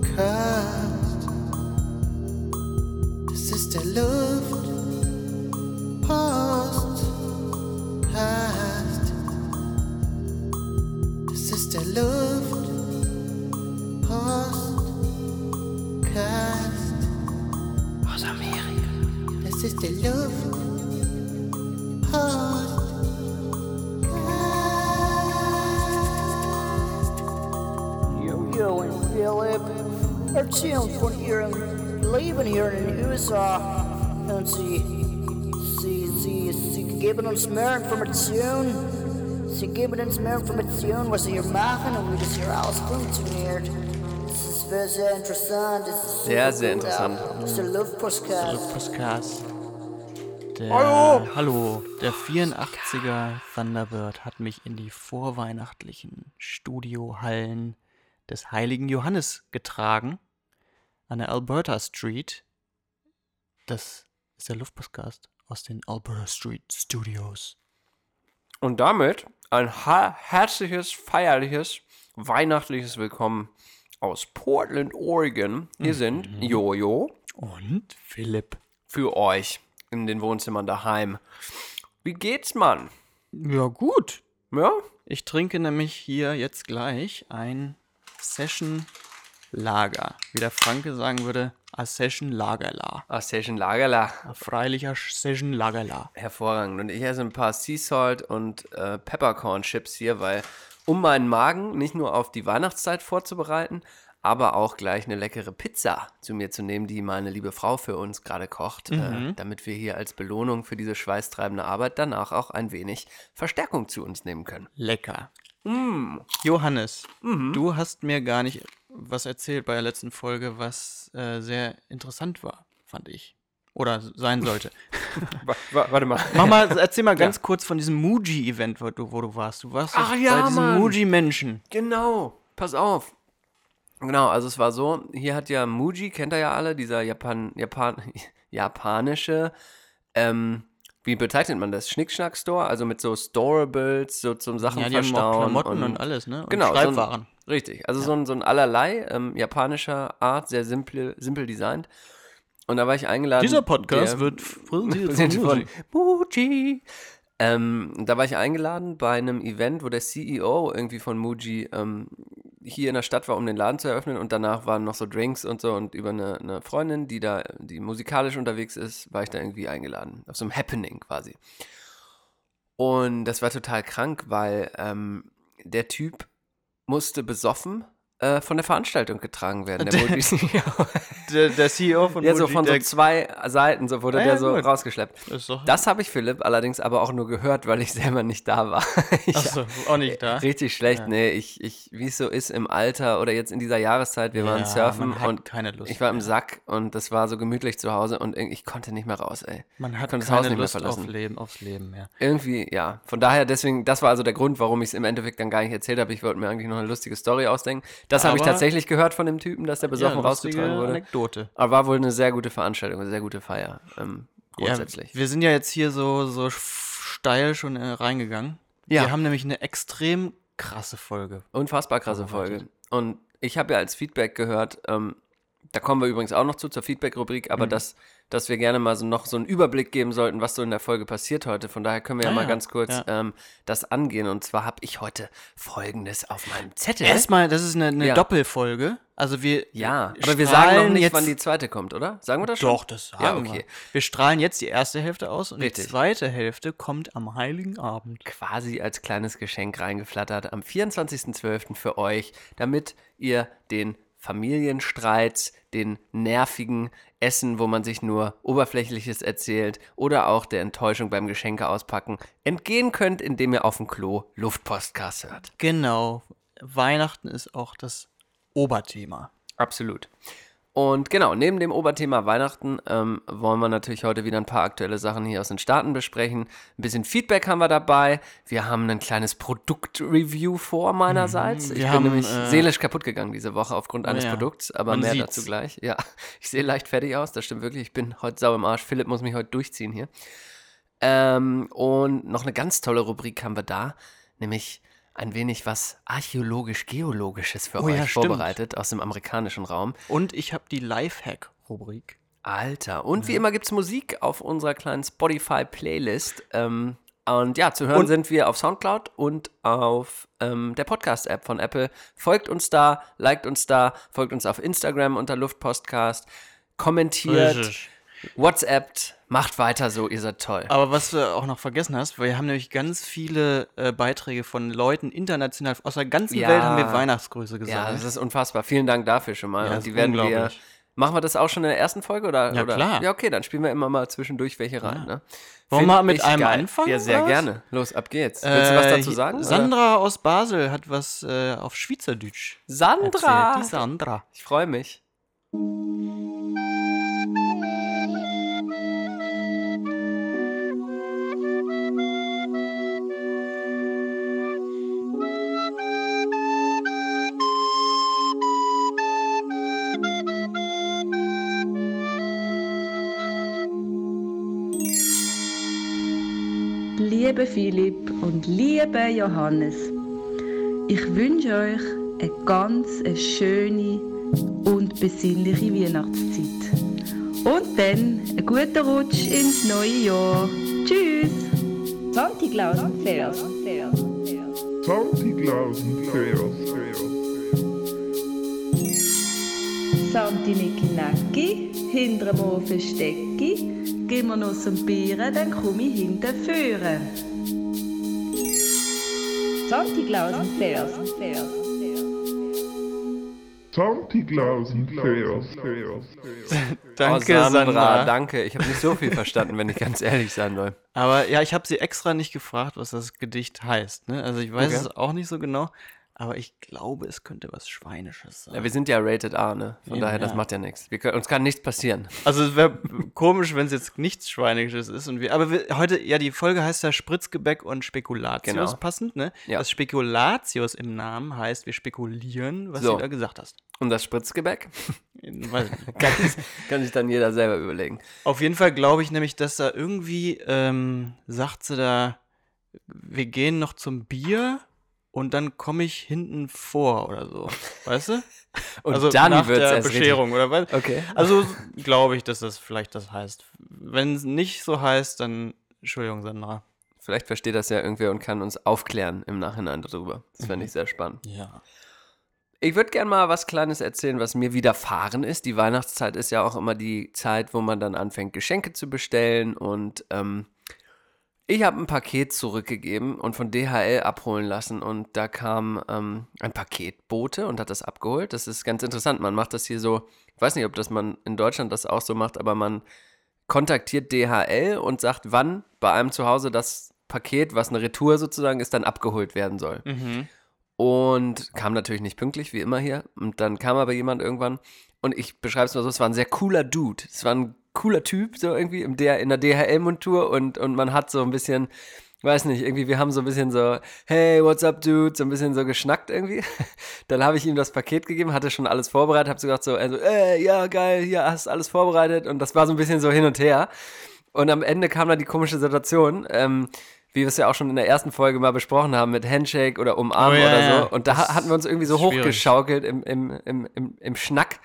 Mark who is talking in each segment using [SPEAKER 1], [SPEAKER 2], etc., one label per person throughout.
[SPEAKER 1] Podcast. Das ist der Luftpost. Das ist der Luftpost. Aus Amerika. Das ist der Luftpost.
[SPEAKER 2] Yo en Philip. Erzählen von ihrem Leben hier in den USA. Und sie, sie, sie, sie geben uns mehr Informationen. Sie geben uns mehr Informationen, was sie hier machen und wie das hier alles funktioniert. Es ist sehr, sehr interessant. Es ist
[SPEAKER 3] Sehr,
[SPEAKER 2] super
[SPEAKER 3] sehr
[SPEAKER 2] gut
[SPEAKER 3] interessant.
[SPEAKER 2] auch. Das ist der Luftpostcast.
[SPEAKER 3] Podcast. Der,
[SPEAKER 2] Hallo.
[SPEAKER 3] Hallo! Der 84er Thunderbird hat mich in die vorweihnachtlichen Studiohallen des Heiligen Johannes getragen. An der Alberta Street. Das ist der Luftpostcast aus den Alberta Street Studios.
[SPEAKER 4] Und damit ein ha- herzliches, feierliches, weihnachtliches Willkommen aus Portland, Oregon. Hier sind Jojo
[SPEAKER 3] Mhm. Und Philipp.
[SPEAKER 4] für euch in den Wohnzimmern daheim. Wie geht's, Mann?
[SPEAKER 3] Ja, gut.
[SPEAKER 4] Ja?
[SPEAKER 3] Ich trinke nämlich hier jetzt gleich ein Session Lager. Wie der Franke sagen würde, a Session Lagerla.
[SPEAKER 4] Ah, Session Lagerla.
[SPEAKER 3] A freilicher Session Lagerla.
[SPEAKER 4] Hervorragend. Und ich esse ein paar Sea Salt und äh, Peppercorn Chips hier, weil um meinen Magen nicht nur auf die Weihnachtszeit vorzubereiten, aber auch gleich eine leckere Pizza zu mir zu nehmen, die meine liebe Frau für uns gerade kocht, äh,
[SPEAKER 3] Mhm.
[SPEAKER 4] damit wir hier als Belohnung für diese schweißtreibende Arbeit danach auch ein wenig Verstärkung zu uns nehmen können.
[SPEAKER 3] Lecker.
[SPEAKER 4] Mm.
[SPEAKER 3] Johannes,
[SPEAKER 4] Mhm.
[SPEAKER 3] du hast mir gar nicht was erzählt bei der letzten Folge, was äh, sehr interessant war, fand ich. Oder sein sollte.
[SPEAKER 4] Warte mal.
[SPEAKER 3] Mach mal, erzähl mal ganz kurz von diesem Muji-Event, wo du, wo du warst. Du warst
[SPEAKER 4] Ach
[SPEAKER 3] doch
[SPEAKER 4] ja,
[SPEAKER 3] bei diesem
[SPEAKER 4] Mann.
[SPEAKER 3] Muji-Menschen.
[SPEAKER 4] Genau, pass auf. Genau, also es war so, hier hat ja Muji, kennt ihr ja alle, dieser Japan, Japan, japanische, ähm, wie bezeichnet man das? Schnickschnack-Store, also mit so Storables, so zum Sachen
[SPEAKER 3] Ja, die haben auch
[SPEAKER 4] verstauen.
[SPEAKER 3] Klamotten und, alles, ne? Und
[SPEAKER 4] Genau, so ein-
[SPEAKER 3] Schreibwaren.
[SPEAKER 4] Richtig, also so, ein, so ein allerlei ähm, japanischer Art, sehr simple, simpel designt. Und da war ich eingeladen.
[SPEAKER 3] Dieser Podcast
[SPEAKER 4] der-
[SPEAKER 3] wird präsentiert
[SPEAKER 4] präsentiert
[SPEAKER 3] von
[SPEAKER 4] von Muji. Ähm, da war ich eingeladen bei einem Event, wo der CEO irgendwie von Muji ähm, hier in der Stadt war, um den Laden zu eröffnen. Und danach waren noch so Drinks und so. Und über eine, eine Freundin, die da, die musikalisch unterwegs ist, war ich da irgendwie eingeladen. Auf so einem Happening quasi. Und das war total krank, weil ähm, der Typ musste besoffen äh, von der Veranstaltung getragen werden. Der Muji-CEO.
[SPEAKER 3] der, der CEO von
[SPEAKER 4] Ja, so
[SPEAKER 3] Muji,
[SPEAKER 4] von so
[SPEAKER 3] der-
[SPEAKER 4] zwei Seiten, so wurde
[SPEAKER 3] Ja, ja,
[SPEAKER 4] der so
[SPEAKER 3] gut.
[SPEAKER 4] rausgeschleppt.
[SPEAKER 3] Das ist doch-
[SPEAKER 4] Das habe ich Philipp allerdings aber auch nur gehört, weil ich selber nicht da war. Ich,
[SPEAKER 3] Ach so, auch nicht da.
[SPEAKER 4] Richtig schlecht, nee, ich, ich, wie es so ist im Alter oder jetzt in dieser Jahreszeit, wir waren
[SPEAKER 3] Ja,
[SPEAKER 4] surfen
[SPEAKER 3] man hat
[SPEAKER 4] und
[SPEAKER 3] keine Lust
[SPEAKER 4] ich war im Sack und das war so gemütlich zu Hause und irgendwie- ich konnte nicht mehr raus, ey.
[SPEAKER 3] Man hat
[SPEAKER 4] konnte das
[SPEAKER 3] keine
[SPEAKER 4] Haus nicht
[SPEAKER 3] Lust
[SPEAKER 4] mehr
[SPEAKER 3] auf
[SPEAKER 4] verlassen.
[SPEAKER 3] Leben, aufs Leben mehr.
[SPEAKER 4] Irgendwie, ja. Von daher, deswegen, das war also der Grund, warum ich es im Endeffekt dann gar nicht erzählt habe. Ich wollte mir eigentlich noch eine lustige Story ausdenken. Das habe ich
[SPEAKER 3] Aber-
[SPEAKER 4] tatsächlich gehört von dem Typen, dass der besoffen rausgetragen wurde.
[SPEAKER 3] Anekdote.
[SPEAKER 4] Aber war wohl eine sehr gute Veranstaltung, eine sehr gute Feier. Ähm, grundsätzlich.
[SPEAKER 3] Ja, wir sind ja jetzt hier so, so steil schon äh, reingegangen.
[SPEAKER 4] Ja.
[SPEAKER 3] Wir haben nämlich eine extrem krasse Folge.
[SPEAKER 4] Unfassbar krasse Folge. Und ich habe ja als Feedback gehört, ähm, da kommen wir übrigens auch noch zu, zur Feedback-Rubrik,
[SPEAKER 3] Mhm.
[SPEAKER 4] aber dass, dass wir gerne mal so noch so einen Überblick geben sollten, was so in der Folge passiert heute. Von daher können wir ja
[SPEAKER 3] Ah,
[SPEAKER 4] mal
[SPEAKER 3] ja.
[SPEAKER 4] ganz kurz
[SPEAKER 3] Ja.
[SPEAKER 4] ähm, das angehen. Und zwar habe ich heute Folgendes auf meinem Zettel.
[SPEAKER 3] Erstmal, das ist eine, eine
[SPEAKER 4] Ja.
[SPEAKER 3] Doppelfolge. Also wir
[SPEAKER 4] ja, aber wir sagen noch
[SPEAKER 3] strahlen
[SPEAKER 4] nicht,
[SPEAKER 3] jetzt,
[SPEAKER 4] wann die zweite kommt, oder? Sagen wir das schon?
[SPEAKER 3] Doch, das sagen
[SPEAKER 4] Ja, okay.
[SPEAKER 3] wir. Wir strahlen jetzt die erste Hälfte aus und
[SPEAKER 4] Richtig.
[SPEAKER 3] die zweite Hälfte kommt am Heiligen Abend.
[SPEAKER 4] quasi als kleines Geschenk reingeflattert am 24.12. für euch, damit ihr den Familienstreit, den nervigen Essen, wo man sich nur Oberflächliches erzählt oder auch der Enttäuschung beim Geschenke auspacken, entgehen könnt, indem ihr auf dem Klo Luftpostcast hört.
[SPEAKER 3] Genau. Weihnachten ist auch das Oberthema.
[SPEAKER 4] Absolut. Und genau, neben dem Oberthema Weihnachten ähm, wollen wir natürlich heute wieder ein paar aktuelle Sachen hier aus den Staaten besprechen. Ein bisschen Feedback haben wir dabei. Wir haben ein kleines Produktreview vor meinerseits.
[SPEAKER 3] Mhm,
[SPEAKER 4] ich
[SPEAKER 3] wir
[SPEAKER 4] bin
[SPEAKER 3] haben,
[SPEAKER 4] nämlich
[SPEAKER 3] äh, Ah
[SPEAKER 4] seelisch kaputt gegangen diese Woche aufgrund eines
[SPEAKER 3] ja,
[SPEAKER 4] Produkts, aber
[SPEAKER 3] man
[SPEAKER 4] mehr
[SPEAKER 3] sieht's.
[SPEAKER 4] dazu gleich. Ja, ich sehe leicht fertig aus, das stimmt wirklich. Ich bin heute sau im Arsch. Philipp muss mich heute durchziehen hier. Ähm, und noch eine ganz tolle Rubrik haben wir da, nämlich ein wenig was archäologisch-geologisches für
[SPEAKER 3] Oh
[SPEAKER 4] euch
[SPEAKER 3] ja, stimmt.
[SPEAKER 4] vorbereitet aus dem amerikanischen Raum.
[SPEAKER 3] Und ich habe die Lifehack-Rubrik.
[SPEAKER 4] Alter. Und wie immer gibt's Musik auf unserer kleinen Spotify-Playlist. Ähm, und ja, zu hören
[SPEAKER 3] Und-
[SPEAKER 4] sind wir auf Soundcloud und auf ähm, der Podcast-App von Apple. Folgt uns da, liked uns da, folgt uns auf Instagram unter Luftpostcast, kommentiert,
[SPEAKER 3] Richtig.
[SPEAKER 4] WhatsAppt, macht weiter so, ihr seid toll.
[SPEAKER 3] Aber was du auch noch vergessen hast, wir haben nämlich ganz viele äh, Beiträge von Leuten international, aus der ganzen
[SPEAKER 4] Ja.
[SPEAKER 3] Welt haben wir Weihnachtsgrüße
[SPEAKER 4] Ja,
[SPEAKER 3] gesagt.
[SPEAKER 4] das ist unfassbar. Vielen Dank dafür schon mal.
[SPEAKER 3] Ja,
[SPEAKER 4] und
[SPEAKER 3] ist
[SPEAKER 4] die werden wir.
[SPEAKER 3] unglaublich.
[SPEAKER 4] Machen wir das auch schon in der ersten Folge? Oder,
[SPEAKER 3] Ja,
[SPEAKER 4] oder?
[SPEAKER 3] klar.
[SPEAKER 4] Ja, okay, dann spielen wir immer mal zwischendurch welche rein. Ne?
[SPEAKER 3] Wollen
[SPEAKER 4] Find
[SPEAKER 3] wir mit
[SPEAKER 4] ich
[SPEAKER 3] einem anfangen,
[SPEAKER 4] Ja, sehr
[SPEAKER 3] oder was?
[SPEAKER 4] gerne. Los, ab geht's. Willst du was
[SPEAKER 3] Äh,
[SPEAKER 4] dazu
[SPEAKER 3] hier-
[SPEAKER 4] sagen? oder?
[SPEAKER 3] Sandra aus Basel hat was äh, auf Schweizerdeutsch.
[SPEAKER 4] Sandra!
[SPEAKER 3] erzählt. Die Sandra.
[SPEAKER 4] Ich freue mich.
[SPEAKER 5] Liebe Philipp und liebe Johannes, ich wünsche euch eine ganz eine schöne und besinnliche Weihnachtszeit. Und dann einen guten Rutsch ins neue Jahr. Tschüss! Santi Claus,
[SPEAKER 6] Salty Claus and Phil.
[SPEAKER 5] Santi Nickinacki, hinterm Ofen stecki, gib mir noch ein Bier, dann komm ich hinten führen. Santi Claus,
[SPEAKER 6] Salty Claus and Phil.
[SPEAKER 3] Danke,
[SPEAKER 4] oh, Sandra.
[SPEAKER 3] Sandra.
[SPEAKER 4] Danke. Ich habe nicht so viel verstanden, wenn ich ganz ehrlich sein soll.
[SPEAKER 3] Aber ja, ich habe sie extra nicht gefragt, was das Gedicht heißt. Ne? Also ich weiß
[SPEAKER 4] Okay.
[SPEAKER 3] es auch nicht so genau, aber ich glaube, es könnte was Schweinisches sein.
[SPEAKER 4] Ja, wir sind ja Rated R, ne? Von
[SPEAKER 3] Eben,
[SPEAKER 4] daher, das
[SPEAKER 3] ja.
[SPEAKER 4] macht ja nichts. Wir können, uns kann nichts passieren.
[SPEAKER 3] Also es wäre komisch, wenn es jetzt nichts Schweinisches ist. Und wir, aber wir, heute, ja, die Folge heißt ja Spritzgebäck und Spekulatius,
[SPEAKER 4] Genau.
[SPEAKER 3] passend, ne?
[SPEAKER 4] Ja.
[SPEAKER 3] Das Spekulatius im Namen heißt, wir spekulieren, was
[SPEAKER 4] So.
[SPEAKER 3] du da gesagt hast.
[SPEAKER 4] Und das Spritzgebäck
[SPEAKER 3] Weiß ich nicht.
[SPEAKER 4] kann, kann sich dann jeder selber überlegen.
[SPEAKER 3] Auf jeden Fall glaube ich nämlich, dass da irgendwie, ähm, sagt sie da, wir gehen noch zum Bier und dann komme ich hinten vor oder so. Weißt du?
[SPEAKER 4] Und
[SPEAKER 3] also
[SPEAKER 4] dann
[SPEAKER 3] nach
[SPEAKER 4] wird's
[SPEAKER 3] der
[SPEAKER 4] erst richtig-
[SPEAKER 3] Bescherung oder was?
[SPEAKER 4] Okay.
[SPEAKER 3] Also glaube ich, dass das vielleicht das heißt. Wenn es nicht so heißt, dann Entschuldigung, Sandra.
[SPEAKER 4] Vielleicht versteht das ja irgendwer und kann uns aufklären im Nachhinein darüber. Das fände ich sehr spannend.
[SPEAKER 3] Ja.
[SPEAKER 4] Ich würde gerne mal was Kleines erzählen, was mir widerfahren ist. Die Weihnachtszeit ist ja auch immer die Zeit, wo man dann anfängt, Geschenke zu bestellen. Und ähm, ich habe ein Paket zurückgegeben und von DHL abholen lassen. Und da kam ähm, ein Paketbote und hat das abgeholt. Das ist ganz interessant. Man macht das hier so, ich weiß nicht, ob das man in Deutschland das auch so macht, aber man kontaktiert DHL und sagt, wann bei einem zu Hause das Paket, was eine Retour sozusagen ist, dann abgeholt werden soll.
[SPEAKER 3] Mhm.
[SPEAKER 4] Und kam natürlich nicht pünktlich, wie immer hier. Und dann kam aber jemand irgendwann. Und ich beschreibe es mal so: Es war ein sehr cooler Dude. Es war ein cooler Typ, so irgendwie im DR, in der DHL-Montur. Und, und man hat so ein bisschen, weiß nicht, irgendwie, wir haben so ein bisschen so: Hey, what's up, Dude? So ein bisschen so geschnackt irgendwie. Dann habe ich ihm das Paket gegeben, hatte schon alles vorbereitet, habe so gedacht: so, er so, Ey, ja, geil, hier hast alles vorbereitet. Und das war so ein bisschen so hin und her. Und am Ende kam dann die komische Situation, ähm, wie wir es ja auch schon in der ersten Folge mal besprochen haben, mit Handshake oder um Umarmen
[SPEAKER 3] Oh, ja,
[SPEAKER 4] oder
[SPEAKER 3] ja.
[SPEAKER 4] so. Und da ha- hatten wir uns irgendwie so
[SPEAKER 3] Schwierig.
[SPEAKER 4] hochgeschaukelt im, im, im, im, im Schnack.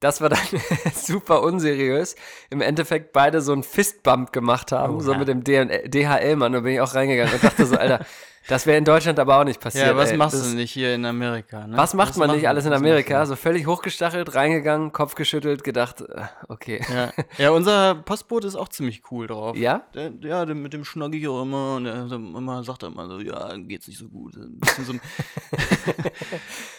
[SPEAKER 4] Das war dann super unseriös. Im Endeffekt beide so einen Fistbump gemacht haben, so
[SPEAKER 3] Oha.
[SPEAKER 4] mit dem DHL-Mann. Da bin ich auch reingegangen und dachte so, Alter, das wäre in Deutschland aber auch nicht passiert.
[SPEAKER 3] Ja, was
[SPEAKER 4] ey.
[SPEAKER 3] machst
[SPEAKER 4] äh, das,
[SPEAKER 3] du nicht hier in Amerika? Ne?
[SPEAKER 4] Was macht man
[SPEAKER 3] machen-
[SPEAKER 4] nicht alles in
[SPEAKER 3] was machst du
[SPEAKER 4] Amerika? So völlig hochgestachelt, reingegangen, Kopf geschüttelt, gedacht, äh, okay.
[SPEAKER 3] Ja. ja, unser Postbote ist auch ziemlich cool drauf.
[SPEAKER 4] Ja?
[SPEAKER 3] Der, ja, der mit dem Schnoggi auch immer und der, der immer sagt er immer so, ja, geht's nicht so gut. Ein bisschen so ein,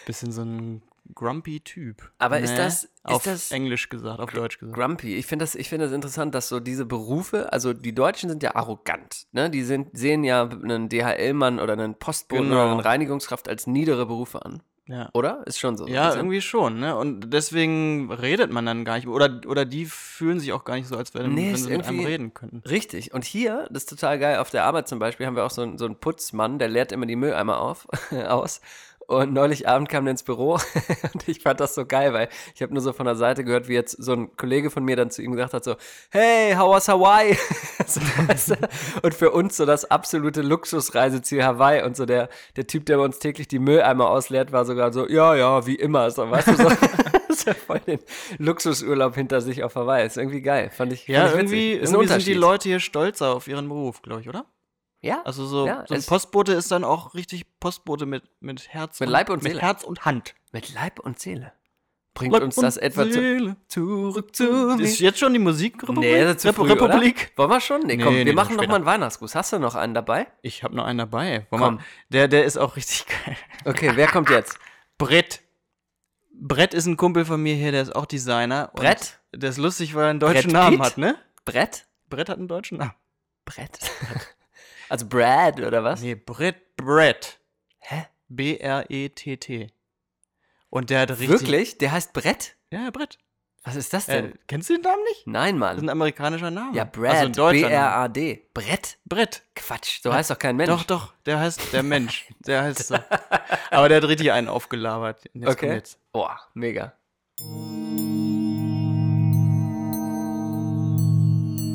[SPEAKER 3] bisschen so ein grumpy Typ.
[SPEAKER 4] Aber ist das- ist
[SPEAKER 3] auf
[SPEAKER 4] das-
[SPEAKER 3] Englisch gesagt, auf Deutsch gesagt.
[SPEAKER 4] Grumpy. Ich finde das, ich finde das interessant, dass so diese Berufe, also die Deutschen sind ja arrogant. Ne? Die sind, sehen ja einen DHL-Mann oder einen Postboten
[SPEAKER 3] Genau.
[SPEAKER 4] oder eine Reinigungskraft als niedere Berufe an.
[SPEAKER 3] Ja.
[SPEAKER 4] Oder? Ist schon so.
[SPEAKER 3] Ja,
[SPEAKER 4] Also,
[SPEAKER 3] irgendwie schon, ne? Und deswegen redet man dann gar nicht. Oder, oder die fühlen sich auch gar nicht so, als wenn,
[SPEAKER 4] Nee,
[SPEAKER 3] wenn
[SPEAKER 4] ist
[SPEAKER 3] sie mit einem
[SPEAKER 4] irgendwie-
[SPEAKER 3] reden könnten.
[SPEAKER 4] Richtig. Und hier, das ist total geil, auf der Arbeit zum Beispiel haben wir auch so einen, so einen Putzmann, der leert immer die Mülleimer auf, aus. Und neulich Abend kam der ins Büro und ich fand das so geil, weil ich habe nur so von der Seite gehört, wie jetzt so ein Kollege von mir dann zu ihm gesagt hat, so, hey, how was Hawaii? so, weißt du? Und für uns so das absolute Luxusreiseziel Hawaii und so der, der Typ, der bei uns täglich die Mülleimer ausleert, war sogar so, ja, ja, wie immer. So, weißt du, so, so voll den Luxusurlaub hinter sich auf Hawaii. Ist irgendwie geil, fand ich
[SPEAKER 3] Ja,
[SPEAKER 4] fand ich
[SPEAKER 3] irgendwie,
[SPEAKER 4] witzig. Ist ein
[SPEAKER 3] irgendwie sind die
[SPEAKER 4] Unterschied.
[SPEAKER 3] Leute hier stolzer auf ihren Beruf, glaube ich, oder?
[SPEAKER 4] ja,
[SPEAKER 3] Also so,
[SPEAKER 4] Ja,
[SPEAKER 3] so ein
[SPEAKER 4] es-
[SPEAKER 3] Postbote ist dann auch richtig Postbote mit, mit Herz
[SPEAKER 4] Mit Leib und Seele.
[SPEAKER 3] mit Herz und Hand.
[SPEAKER 4] mit Leib und Seele. Bringt
[SPEAKER 3] Leib
[SPEAKER 4] uns
[SPEAKER 3] und
[SPEAKER 4] das etwa zu,
[SPEAKER 3] Seele.
[SPEAKER 4] zurück zu mir.
[SPEAKER 3] Ist jetzt schon die Musikrepublik?
[SPEAKER 4] Nee, das ist zu
[SPEAKER 3] Repu-
[SPEAKER 4] früh,
[SPEAKER 3] Republik?
[SPEAKER 4] Oder? Wollen wir schon? Nee, komm,
[SPEAKER 3] Nee, nee,
[SPEAKER 4] wir
[SPEAKER 3] noch
[SPEAKER 4] machen noch
[SPEAKER 3] später.
[SPEAKER 4] mal einen Weihnachtsgruß. Hast du noch einen dabei?
[SPEAKER 3] Ich habe noch einen dabei. Wollen
[SPEAKER 4] Komm.
[SPEAKER 3] wir- Der, der ist auch richtig geil.
[SPEAKER 4] Okay, wer kommt jetzt?
[SPEAKER 3] Brett. Brett ist ein Kumpel von mir hier, der ist auch Designer. und
[SPEAKER 4] Brett?
[SPEAKER 3] Der ist lustig, weil er einen deutschen
[SPEAKER 4] Brett
[SPEAKER 3] Namen
[SPEAKER 4] Pitt?
[SPEAKER 3] hat, ne?
[SPEAKER 4] Brett?
[SPEAKER 3] Brett hat einen deutschen Namen.
[SPEAKER 4] Brett? also Brad oder was?
[SPEAKER 3] Nee, Brett, Brett.
[SPEAKER 4] Hä?
[SPEAKER 3] B-R-E-T-T. Und der hat richtig.
[SPEAKER 4] Wirklich? Der heißt Brett?
[SPEAKER 3] Ja, Brett.
[SPEAKER 4] Was ist das
[SPEAKER 3] Äh,
[SPEAKER 4] denn?
[SPEAKER 3] kennst du den Namen nicht?
[SPEAKER 4] Nein,
[SPEAKER 3] Das ist
[SPEAKER 4] Mann.
[SPEAKER 3] ein amerikanischer Name.
[SPEAKER 4] Ja, Brad.
[SPEAKER 3] Also ein deutscher Name.
[SPEAKER 4] B-R-A-D. Brett?
[SPEAKER 3] Brett.
[SPEAKER 4] Quatsch, so heißt doch kein Mensch.
[SPEAKER 3] Doch, doch, der heißt der Mensch. Der heißt so. Aber der hat richtig einen aufgelabert. Jetzt kommt
[SPEAKER 4] Okay.
[SPEAKER 3] Jetzt.
[SPEAKER 4] Boah, mega.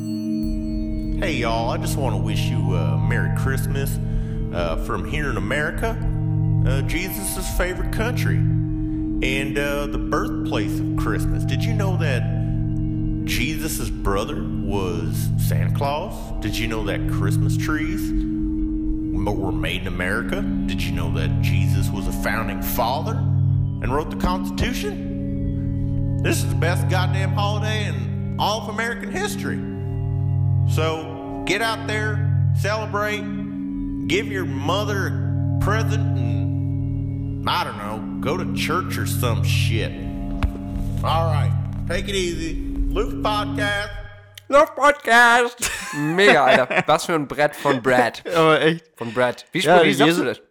[SPEAKER 7] Hey, y'all, I just want to wish you a Merry Christmas uh, from here in America, uh, Jesus' favorite country, and uh, the birthplace of Christmas. Did you know that Jesus' brother was Santa Claus? Did you know that Christmas trees m- were made in America? Did you know that Jesus was a founding father and wrote the Constitution? This is the best goddamn holiday in all of American history. So get out there, celebrate, give your mother a present, and I don't know, go to church or some shit. All right, take it easy. Luke Podcast.
[SPEAKER 4] Love Podcast! Mega, Alter. Was für ein Brett von Brad.
[SPEAKER 3] Aber echt.
[SPEAKER 4] Von Brad. Wie,
[SPEAKER 3] Ja,
[SPEAKER 4] ja, wie sagst du
[SPEAKER 3] Jesus-
[SPEAKER 4] das?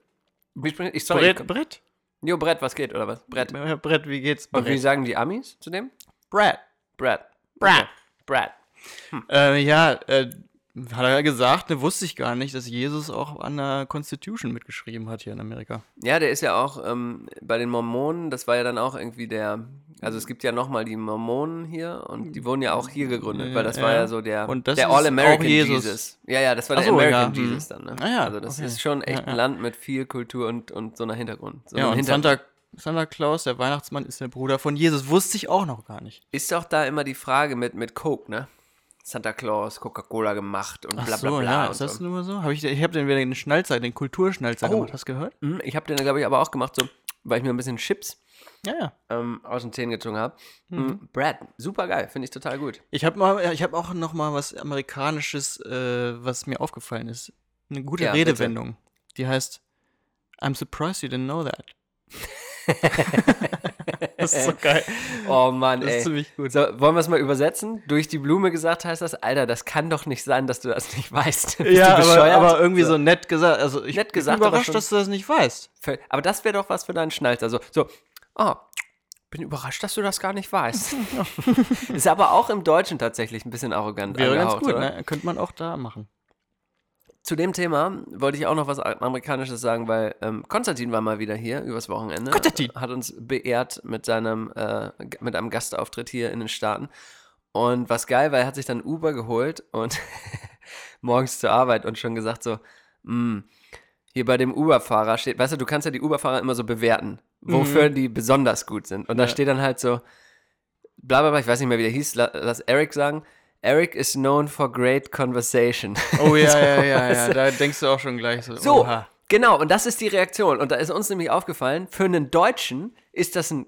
[SPEAKER 4] Wie sprichst ich, sorry,
[SPEAKER 3] Brett,
[SPEAKER 4] ich-
[SPEAKER 3] Brett.
[SPEAKER 4] Jo, Brett, was geht, oder was? Brett.
[SPEAKER 3] Ja, Brett, wie geht's?
[SPEAKER 4] Und wie
[SPEAKER 3] Brett.
[SPEAKER 4] sagen die Amis zu dem?
[SPEAKER 3] Brett.
[SPEAKER 4] Brad.
[SPEAKER 3] Brad.
[SPEAKER 4] Okay. Brad. Hm.
[SPEAKER 3] Äh, ja, äh, hat er ja gesagt, ne, wusste ich gar nicht, dass Jesus auch an der Constitution mitgeschrieben hat hier in Amerika.
[SPEAKER 4] Ja, der ist ja auch ähm, bei den Mormonen, das war ja dann auch irgendwie der, also es gibt ja nochmal die Mormonen hier und die wurden ja auch hier gegründet, weil das war
[SPEAKER 3] Ja.
[SPEAKER 4] ja so der,
[SPEAKER 3] Und das
[SPEAKER 4] der
[SPEAKER 3] ist
[SPEAKER 4] All-American
[SPEAKER 3] auch Jesus.
[SPEAKER 4] Jesus. Ja, ja, das war
[SPEAKER 3] Ach
[SPEAKER 4] der
[SPEAKER 3] so,
[SPEAKER 4] American
[SPEAKER 3] ja, mhm.
[SPEAKER 4] Jesus dann. Ne?
[SPEAKER 3] Ah ja,
[SPEAKER 4] also das
[SPEAKER 3] okay.
[SPEAKER 4] ist schon echt
[SPEAKER 3] Ja,
[SPEAKER 4] ein
[SPEAKER 3] ja.
[SPEAKER 4] Land mit viel Kultur und, und so einer Hintergrund. So
[SPEAKER 3] Ja,
[SPEAKER 4] einem
[SPEAKER 3] und
[SPEAKER 4] Hintergrund.
[SPEAKER 3] Santa, Santa Claus, der Weihnachtsmann, ist der Bruder von Jesus. Wusste ich auch noch gar nicht.
[SPEAKER 4] Ist auch da immer die Frage mit, mit Coke, ne? Santa Claus, Coca-Cola gemacht und
[SPEAKER 3] Ach
[SPEAKER 4] bla bla
[SPEAKER 3] so,
[SPEAKER 4] bla.
[SPEAKER 3] ja,
[SPEAKER 4] und
[SPEAKER 3] ist das
[SPEAKER 4] so.
[SPEAKER 3] nur so? Hab ich ich habe den wieder den Schnalzer, den Kulturschnalzer
[SPEAKER 4] Oh.
[SPEAKER 3] gemacht. Hast du gehört?
[SPEAKER 4] Hm, Ich habe den, glaube ich, aber auch gemacht, so, weil ich mir ein bisschen Chips
[SPEAKER 3] Ja, ja.
[SPEAKER 4] ähm, aus den Zähnen gezogen habe. Mhm. Brad, super geil, finde ich total gut.
[SPEAKER 3] Ich habe mal, ich habe auch noch mal was Amerikanisches, äh, was mir aufgefallen ist. Eine gute
[SPEAKER 4] Ja, bitte.
[SPEAKER 3] Redewendung. Die heißt I'm surprised you didn't know that. das ist so geil.
[SPEAKER 4] Oh Mann,
[SPEAKER 3] Das
[SPEAKER 4] ey.
[SPEAKER 3] ist ziemlich gut.
[SPEAKER 4] So, wollen wir es mal übersetzen? Durch die Blume gesagt heißt das, Alter, das kann doch nicht sein, dass du das nicht weißt. Bist
[SPEAKER 3] ja,
[SPEAKER 4] du
[SPEAKER 3] aber,
[SPEAKER 4] bescheuert?
[SPEAKER 3] aber irgendwie so. nett gesagt. Also ich
[SPEAKER 4] Nett
[SPEAKER 3] bin
[SPEAKER 4] gesagt, aber
[SPEAKER 3] überrascht,
[SPEAKER 4] schon-
[SPEAKER 3] dass du das nicht weißt.
[SPEAKER 4] Ver- Aber das wäre doch was für deinen Schnalzer. So, so, ah, bin überrascht, dass du das gar nicht weißt. Ist aber auch im Deutschen tatsächlich ein bisschen arrogant.
[SPEAKER 3] Wäre ganz
[SPEAKER 4] angehaucht,
[SPEAKER 3] gut,
[SPEAKER 4] oder?
[SPEAKER 3] ne? Könnte man auch da machen.
[SPEAKER 4] Zu dem Thema wollte ich auch noch was Amerikanisches sagen, weil ähm, Konstantin war mal wieder hier übers Wochenende.
[SPEAKER 3] Konstantin!
[SPEAKER 4] Hat uns beehrt mit seinem, äh, g- mit einem Gastauftritt hier in den Staaten. Und was geil, weil er hat sich dann Uber geholt und morgens zur Arbeit und schon gesagt so, "Mm, hier bei dem Uber-Fahrer steht, weißt du, du kannst ja die Uber-Fahrer immer so bewerten, wofür die besonders gut sind. Und da steht dann halt so, bla bla bla, ich weiß nicht mehr, wie der hieß, la- lass Eric sagen. Eric is known for great conversation.
[SPEAKER 3] Oh ja,
[SPEAKER 4] So,
[SPEAKER 3] ja, ja,
[SPEAKER 4] weißt
[SPEAKER 3] ja.
[SPEAKER 4] du?
[SPEAKER 3] Da denkst du auch schon gleich so.
[SPEAKER 4] So,
[SPEAKER 3] oha.
[SPEAKER 4] genau, und das ist die Reaktion. Und da ist uns nämlich aufgefallen, für einen Deutschen ist das ein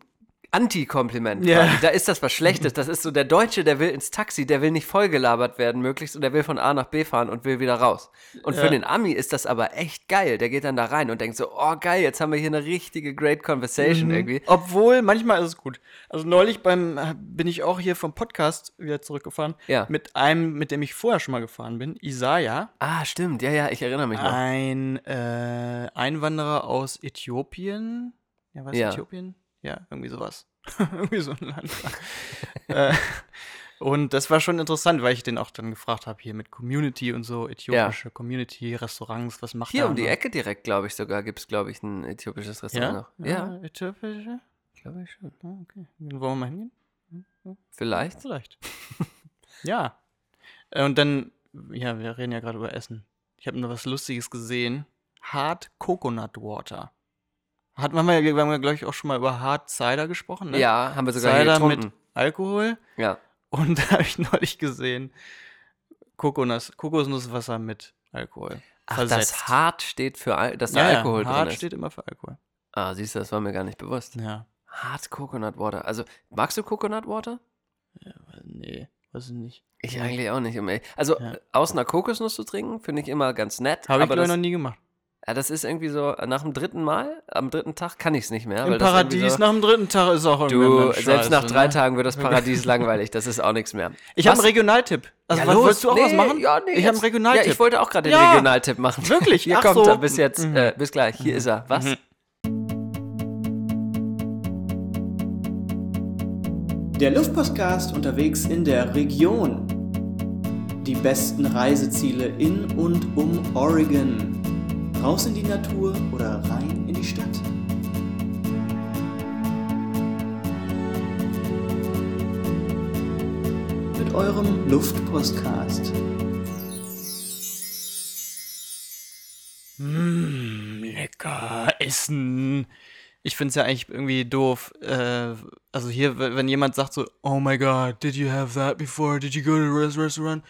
[SPEAKER 4] Anti-Kompliment.
[SPEAKER 3] Ja.
[SPEAKER 4] quasi. Da ist das was Schlechtes. Das ist so, der Deutsche, der will ins Taxi, der will nicht vollgelabert werden möglichst und der will von A nach B fahren und will wieder raus. Und für den Ami ist das aber echt geil. Der geht dann da rein und denkt so, oh geil, jetzt haben wir hier eine richtige great conversation irgendwie.
[SPEAKER 3] Mhm. Obwohl, manchmal ist es gut. Also neulich beim äh, bin ich auch hier vom Podcast wieder zurückgefahren.
[SPEAKER 4] Ja.
[SPEAKER 3] Mit einem, mit dem ich vorher schon mal gefahren bin, Isaiah.
[SPEAKER 4] Ah, stimmt. Ja, ja, ich erinnere mich noch.
[SPEAKER 3] Ein äh, Einwanderer aus Äthiopien. Ja, was
[SPEAKER 4] Ja.
[SPEAKER 3] Äthiopien? Ja, irgendwie sowas. irgendwie so ein Land. äh, Und das war schon interessant, weil ich den auch dann gefragt habe, hier mit Community und so, äthiopische Community, Restaurants, was macht
[SPEAKER 4] Hier
[SPEAKER 3] da
[SPEAKER 4] um die
[SPEAKER 3] noch?
[SPEAKER 4] Ecke direkt, glaube ich, sogar gibt es, glaube ich, ein äthiopisches Restaurant
[SPEAKER 3] Ja?
[SPEAKER 4] noch. Ja,
[SPEAKER 3] äthiopische?
[SPEAKER 4] glaube ich schon. Hm,
[SPEAKER 3] Ah, Okay. Wollen wir mal hingehen?
[SPEAKER 4] Vielleicht.
[SPEAKER 3] Vielleicht. ja. Äh, Und dann, ja, wir reden ja gerade über Essen. Ich habe nur was Lustiges gesehen. Hard Coconut Water. Hat man mal, wir haben ja, glaube ich, auch schon mal über Hard Cider gesprochen, ne?
[SPEAKER 4] Ja, haben wir sogar hier
[SPEAKER 3] Cider
[SPEAKER 4] getrunken.
[SPEAKER 3] mit Alkohol.
[SPEAKER 4] Ja.
[SPEAKER 3] Und da habe ich neulich gesehen, Kokosnuss, Kokosnusswasser mit Alkohol.
[SPEAKER 4] Ach, das hart steht für, Al dass
[SPEAKER 3] ja,
[SPEAKER 4] da
[SPEAKER 3] ja,
[SPEAKER 4] Alkohol
[SPEAKER 3] Hard
[SPEAKER 4] drin ist.
[SPEAKER 3] steht immer für Alkohol.
[SPEAKER 4] Ah, siehst du, das war mir gar nicht bewusst.
[SPEAKER 3] Ja,
[SPEAKER 4] Hart Coconut Water. Also, magst du Coconut Water?
[SPEAKER 3] äh, nee, weiß ich nicht.
[SPEAKER 4] Ich eigentlich auch nicht. um ehrlich- Also,
[SPEAKER 3] Ja.
[SPEAKER 4] aus einer Kokosnuss zu trinken, finde ich immer ganz nett.
[SPEAKER 3] Habe ich
[SPEAKER 4] aber
[SPEAKER 3] glaube
[SPEAKER 4] das,
[SPEAKER 3] ich noch nie gemacht.
[SPEAKER 4] ja, das ist irgendwie so, nach dem dritten Mal, am dritten Tag kann ich es nicht mehr.
[SPEAKER 3] Im
[SPEAKER 4] weil das irgendwie
[SPEAKER 3] Paradies
[SPEAKER 4] so,
[SPEAKER 3] nach dem dritten Tag ist auch
[SPEAKER 4] Du,
[SPEAKER 3] irgendwie
[SPEAKER 4] selbst nach drei Tagen wird das Paradies langweilig. Das ist auch nichts mehr.
[SPEAKER 3] ne? Ich habe
[SPEAKER 4] Was-
[SPEAKER 3] einen Regionaltipp. Also,
[SPEAKER 4] Ja,
[SPEAKER 3] was,
[SPEAKER 4] los.
[SPEAKER 3] wolltest du auch was
[SPEAKER 4] Nee,
[SPEAKER 3] machen?
[SPEAKER 4] Ja, nee,
[SPEAKER 3] ich habe einen
[SPEAKER 4] jetzt-
[SPEAKER 3] Regionaltipp.
[SPEAKER 4] Ja, ich wollte auch gerade den
[SPEAKER 3] Ja.
[SPEAKER 4] Regionaltipp machen.
[SPEAKER 3] Wirklich?
[SPEAKER 4] Hier
[SPEAKER 3] Ach
[SPEAKER 4] kommt
[SPEAKER 3] so.
[SPEAKER 4] er bis jetzt.
[SPEAKER 3] Mhm.
[SPEAKER 4] Äh, bis gleich. Hier ist er. Was?
[SPEAKER 3] Mhm.
[SPEAKER 8] Der Luftpostcast unterwegs in der Region. Die besten Reiseziele in und um Oregon. Raus in die Natur oder rein in die Stadt. Mit eurem Luftpostcast.
[SPEAKER 3] Mm, lecker essen. Ich finde es ja eigentlich irgendwie doof. Äh, also hier, w- wenn jemand sagt so, oh my god, did you have that before? Did you go to this restaurant?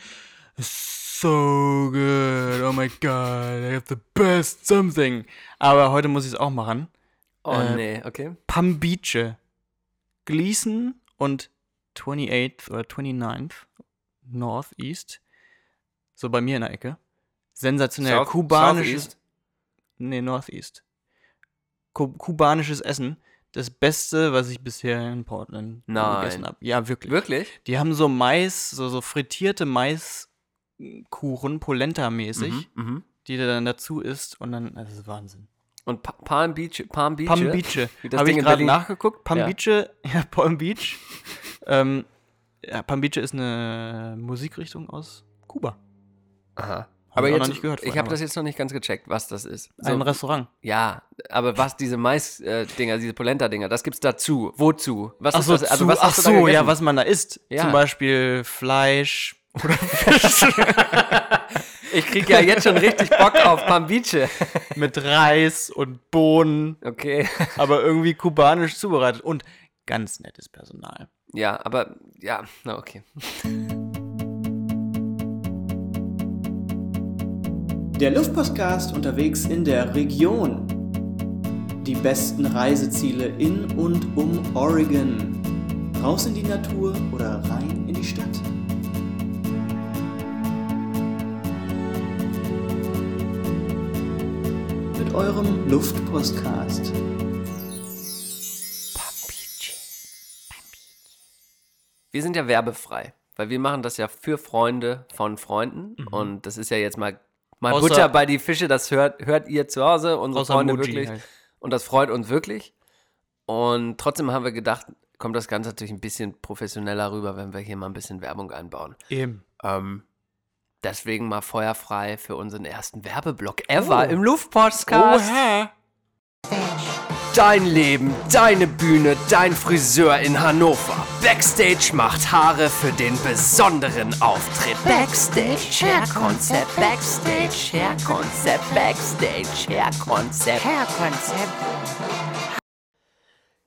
[SPEAKER 3] It's so good. Oh my god, I have the best something. Aber heute muss ich es auch machen.
[SPEAKER 4] Oh
[SPEAKER 3] Äh,
[SPEAKER 4] nee, okay.
[SPEAKER 3] Pambiche. Gleason und 28th oder 29th Northeast. So bei mir in der Ecke. Sensationell.
[SPEAKER 4] South-
[SPEAKER 3] kubanisches.
[SPEAKER 4] Southeast.
[SPEAKER 3] Nee, Northeast. Ku kubanisches Essen. Das Beste, was ich bisher in Portland
[SPEAKER 4] Nein.
[SPEAKER 3] gegessen habe. Ja, wirklich.
[SPEAKER 4] Wirklich?
[SPEAKER 3] Die haben so Mais, so, so frittierte Maiskuchen, Polenta-mäßig,
[SPEAKER 4] Mhm, mhm.
[SPEAKER 3] die du dann dazu isst und dann, das ist Wahnsinn.
[SPEAKER 4] Und pa Palm Beach, Palm Beach.
[SPEAKER 3] Palm Beach.
[SPEAKER 4] Wie das
[SPEAKER 3] Habe ich
[SPEAKER 4] Ding in
[SPEAKER 3] gerade
[SPEAKER 4] Berlin.
[SPEAKER 3] nachgeguckt. Palm
[SPEAKER 4] Ja.
[SPEAKER 3] Beach, ja, Palm Beach. ähm, ja, Palm Beach ist eine Musikrichtung aus Kuba.
[SPEAKER 4] Aha.
[SPEAKER 3] Hab
[SPEAKER 4] Aber
[SPEAKER 3] ich auch
[SPEAKER 4] jetzt,
[SPEAKER 3] noch nicht gehört
[SPEAKER 4] ich
[SPEAKER 3] vorhin,
[SPEAKER 4] habe
[SPEAKER 3] aber-
[SPEAKER 4] das jetzt noch nicht ganz gecheckt, was das ist. So,
[SPEAKER 3] Ein Restaurant.
[SPEAKER 4] ja, aber was diese Mais-Dinger, diese Polenta-Dinger, das gibt's dazu. Wozu? Was
[SPEAKER 3] Ach so,
[SPEAKER 4] ist das? Also,
[SPEAKER 3] zu,
[SPEAKER 4] was
[SPEAKER 3] ach
[SPEAKER 4] hast du da
[SPEAKER 3] so ja,
[SPEAKER 4] gegessen?
[SPEAKER 3] was man da isst.
[SPEAKER 4] Ja.
[SPEAKER 3] Zum Beispiel Fleisch oder Fisch
[SPEAKER 4] Ich krieg ja jetzt schon richtig Bock auf Palm Beach.
[SPEAKER 3] mit Reis und Bohnen,
[SPEAKER 4] Okay.
[SPEAKER 3] aber irgendwie kubanisch zubereitet und ganz nettes Personal.
[SPEAKER 4] Ja, aber ja, na okay.
[SPEAKER 8] Der Luftpostcast unterwegs in der Region. Die besten Reiseziele in und um Oregon. Raus in die Natur oder rein in die Stadt. Mit eurem Luftpostcast.
[SPEAKER 4] Wir sind ja werbefrei, weil wir machen das ja für Freunde von Freunden und das ist ja jetzt mal mal
[SPEAKER 3] Mhm. Außer-
[SPEAKER 4] Butter bei die Fische, das hört hört ihr zu Hause unsere
[SPEAKER 3] Außer
[SPEAKER 4] Freunde
[SPEAKER 3] Muji
[SPEAKER 4] wirklich
[SPEAKER 3] halt.
[SPEAKER 4] und das freut uns wirklich. Und trotzdem haben wir gedacht, kommt das Ganze natürlich ein bisschen professioneller rüber, wenn wir hier mal ein bisschen Werbung einbauen.
[SPEAKER 3] Eben.
[SPEAKER 4] Ähm, deswegen mal feuerfrei für unseren ersten Werbeblock ever im Luftpodcast.
[SPEAKER 3] Oh. Oha.
[SPEAKER 4] Dein Leben, deine Bühne, dein Friseur in Hannover. Backstage macht Haare für den besonderen Auftritt. Backstage Hair Concept, Backstage Hair Concept, Backstage Hair Concept, Hair Concept.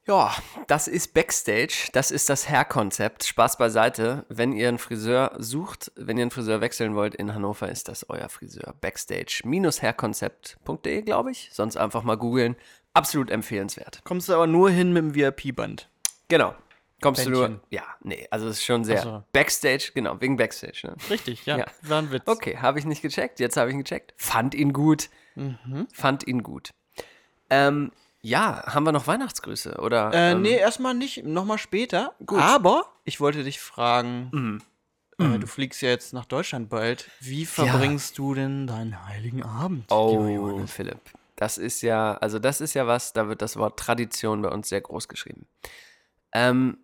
[SPEAKER 4] Ja, das ist Backstage, das ist das Hair-Konzept. Spaß beiseite. Wenn ihr einen Friseur sucht, wenn ihr einen Friseur wechseln wollt in Hannover, ist das euer Friseur. Backstage-hairkonzept.de, glaube ich. Sonst einfach mal googeln. Absolut empfehlenswert.
[SPEAKER 3] Kommst du aber nur hin mit dem VIP-Band.
[SPEAKER 4] Genau. Kommst du
[SPEAKER 3] Bändchen.
[SPEAKER 4] nur. Ja, nee, also es ist schon sehr.
[SPEAKER 3] Ach so.
[SPEAKER 4] Backstage, genau, wegen Backstage. Ne?
[SPEAKER 3] Richtig, ja.
[SPEAKER 4] Ja.
[SPEAKER 3] War ein Witz.
[SPEAKER 4] Okay, habe ich nicht gecheckt. Jetzt habe ich ihn gecheckt. Fand ihn gut.
[SPEAKER 3] Mhm.
[SPEAKER 4] Fand ihn gut. Ähm, ja, haben wir noch Weihnachtsgrüße? Oder,
[SPEAKER 3] Äh,
[SPEAKER 4] ähm,
[SPEAKER 3] nee, erstmal nicht, nochmal später. Aber ich wollte dich fragen,
[SPEAKER 4] Mhm.
[SPEAKER 3] äh, du fliegst ja jetzt nach Deutschland bald. Wie verbringst du denn deinen heiligen Abend? lieber
[SPEAKER 4] Oh,
[SPEAKER 3] Johannes?
[SPEAKER 4] Philipp. Das ist ja, also das ist ja was, da wird das Wort Tradition bei uns sehr groß geschrieben. Ähm,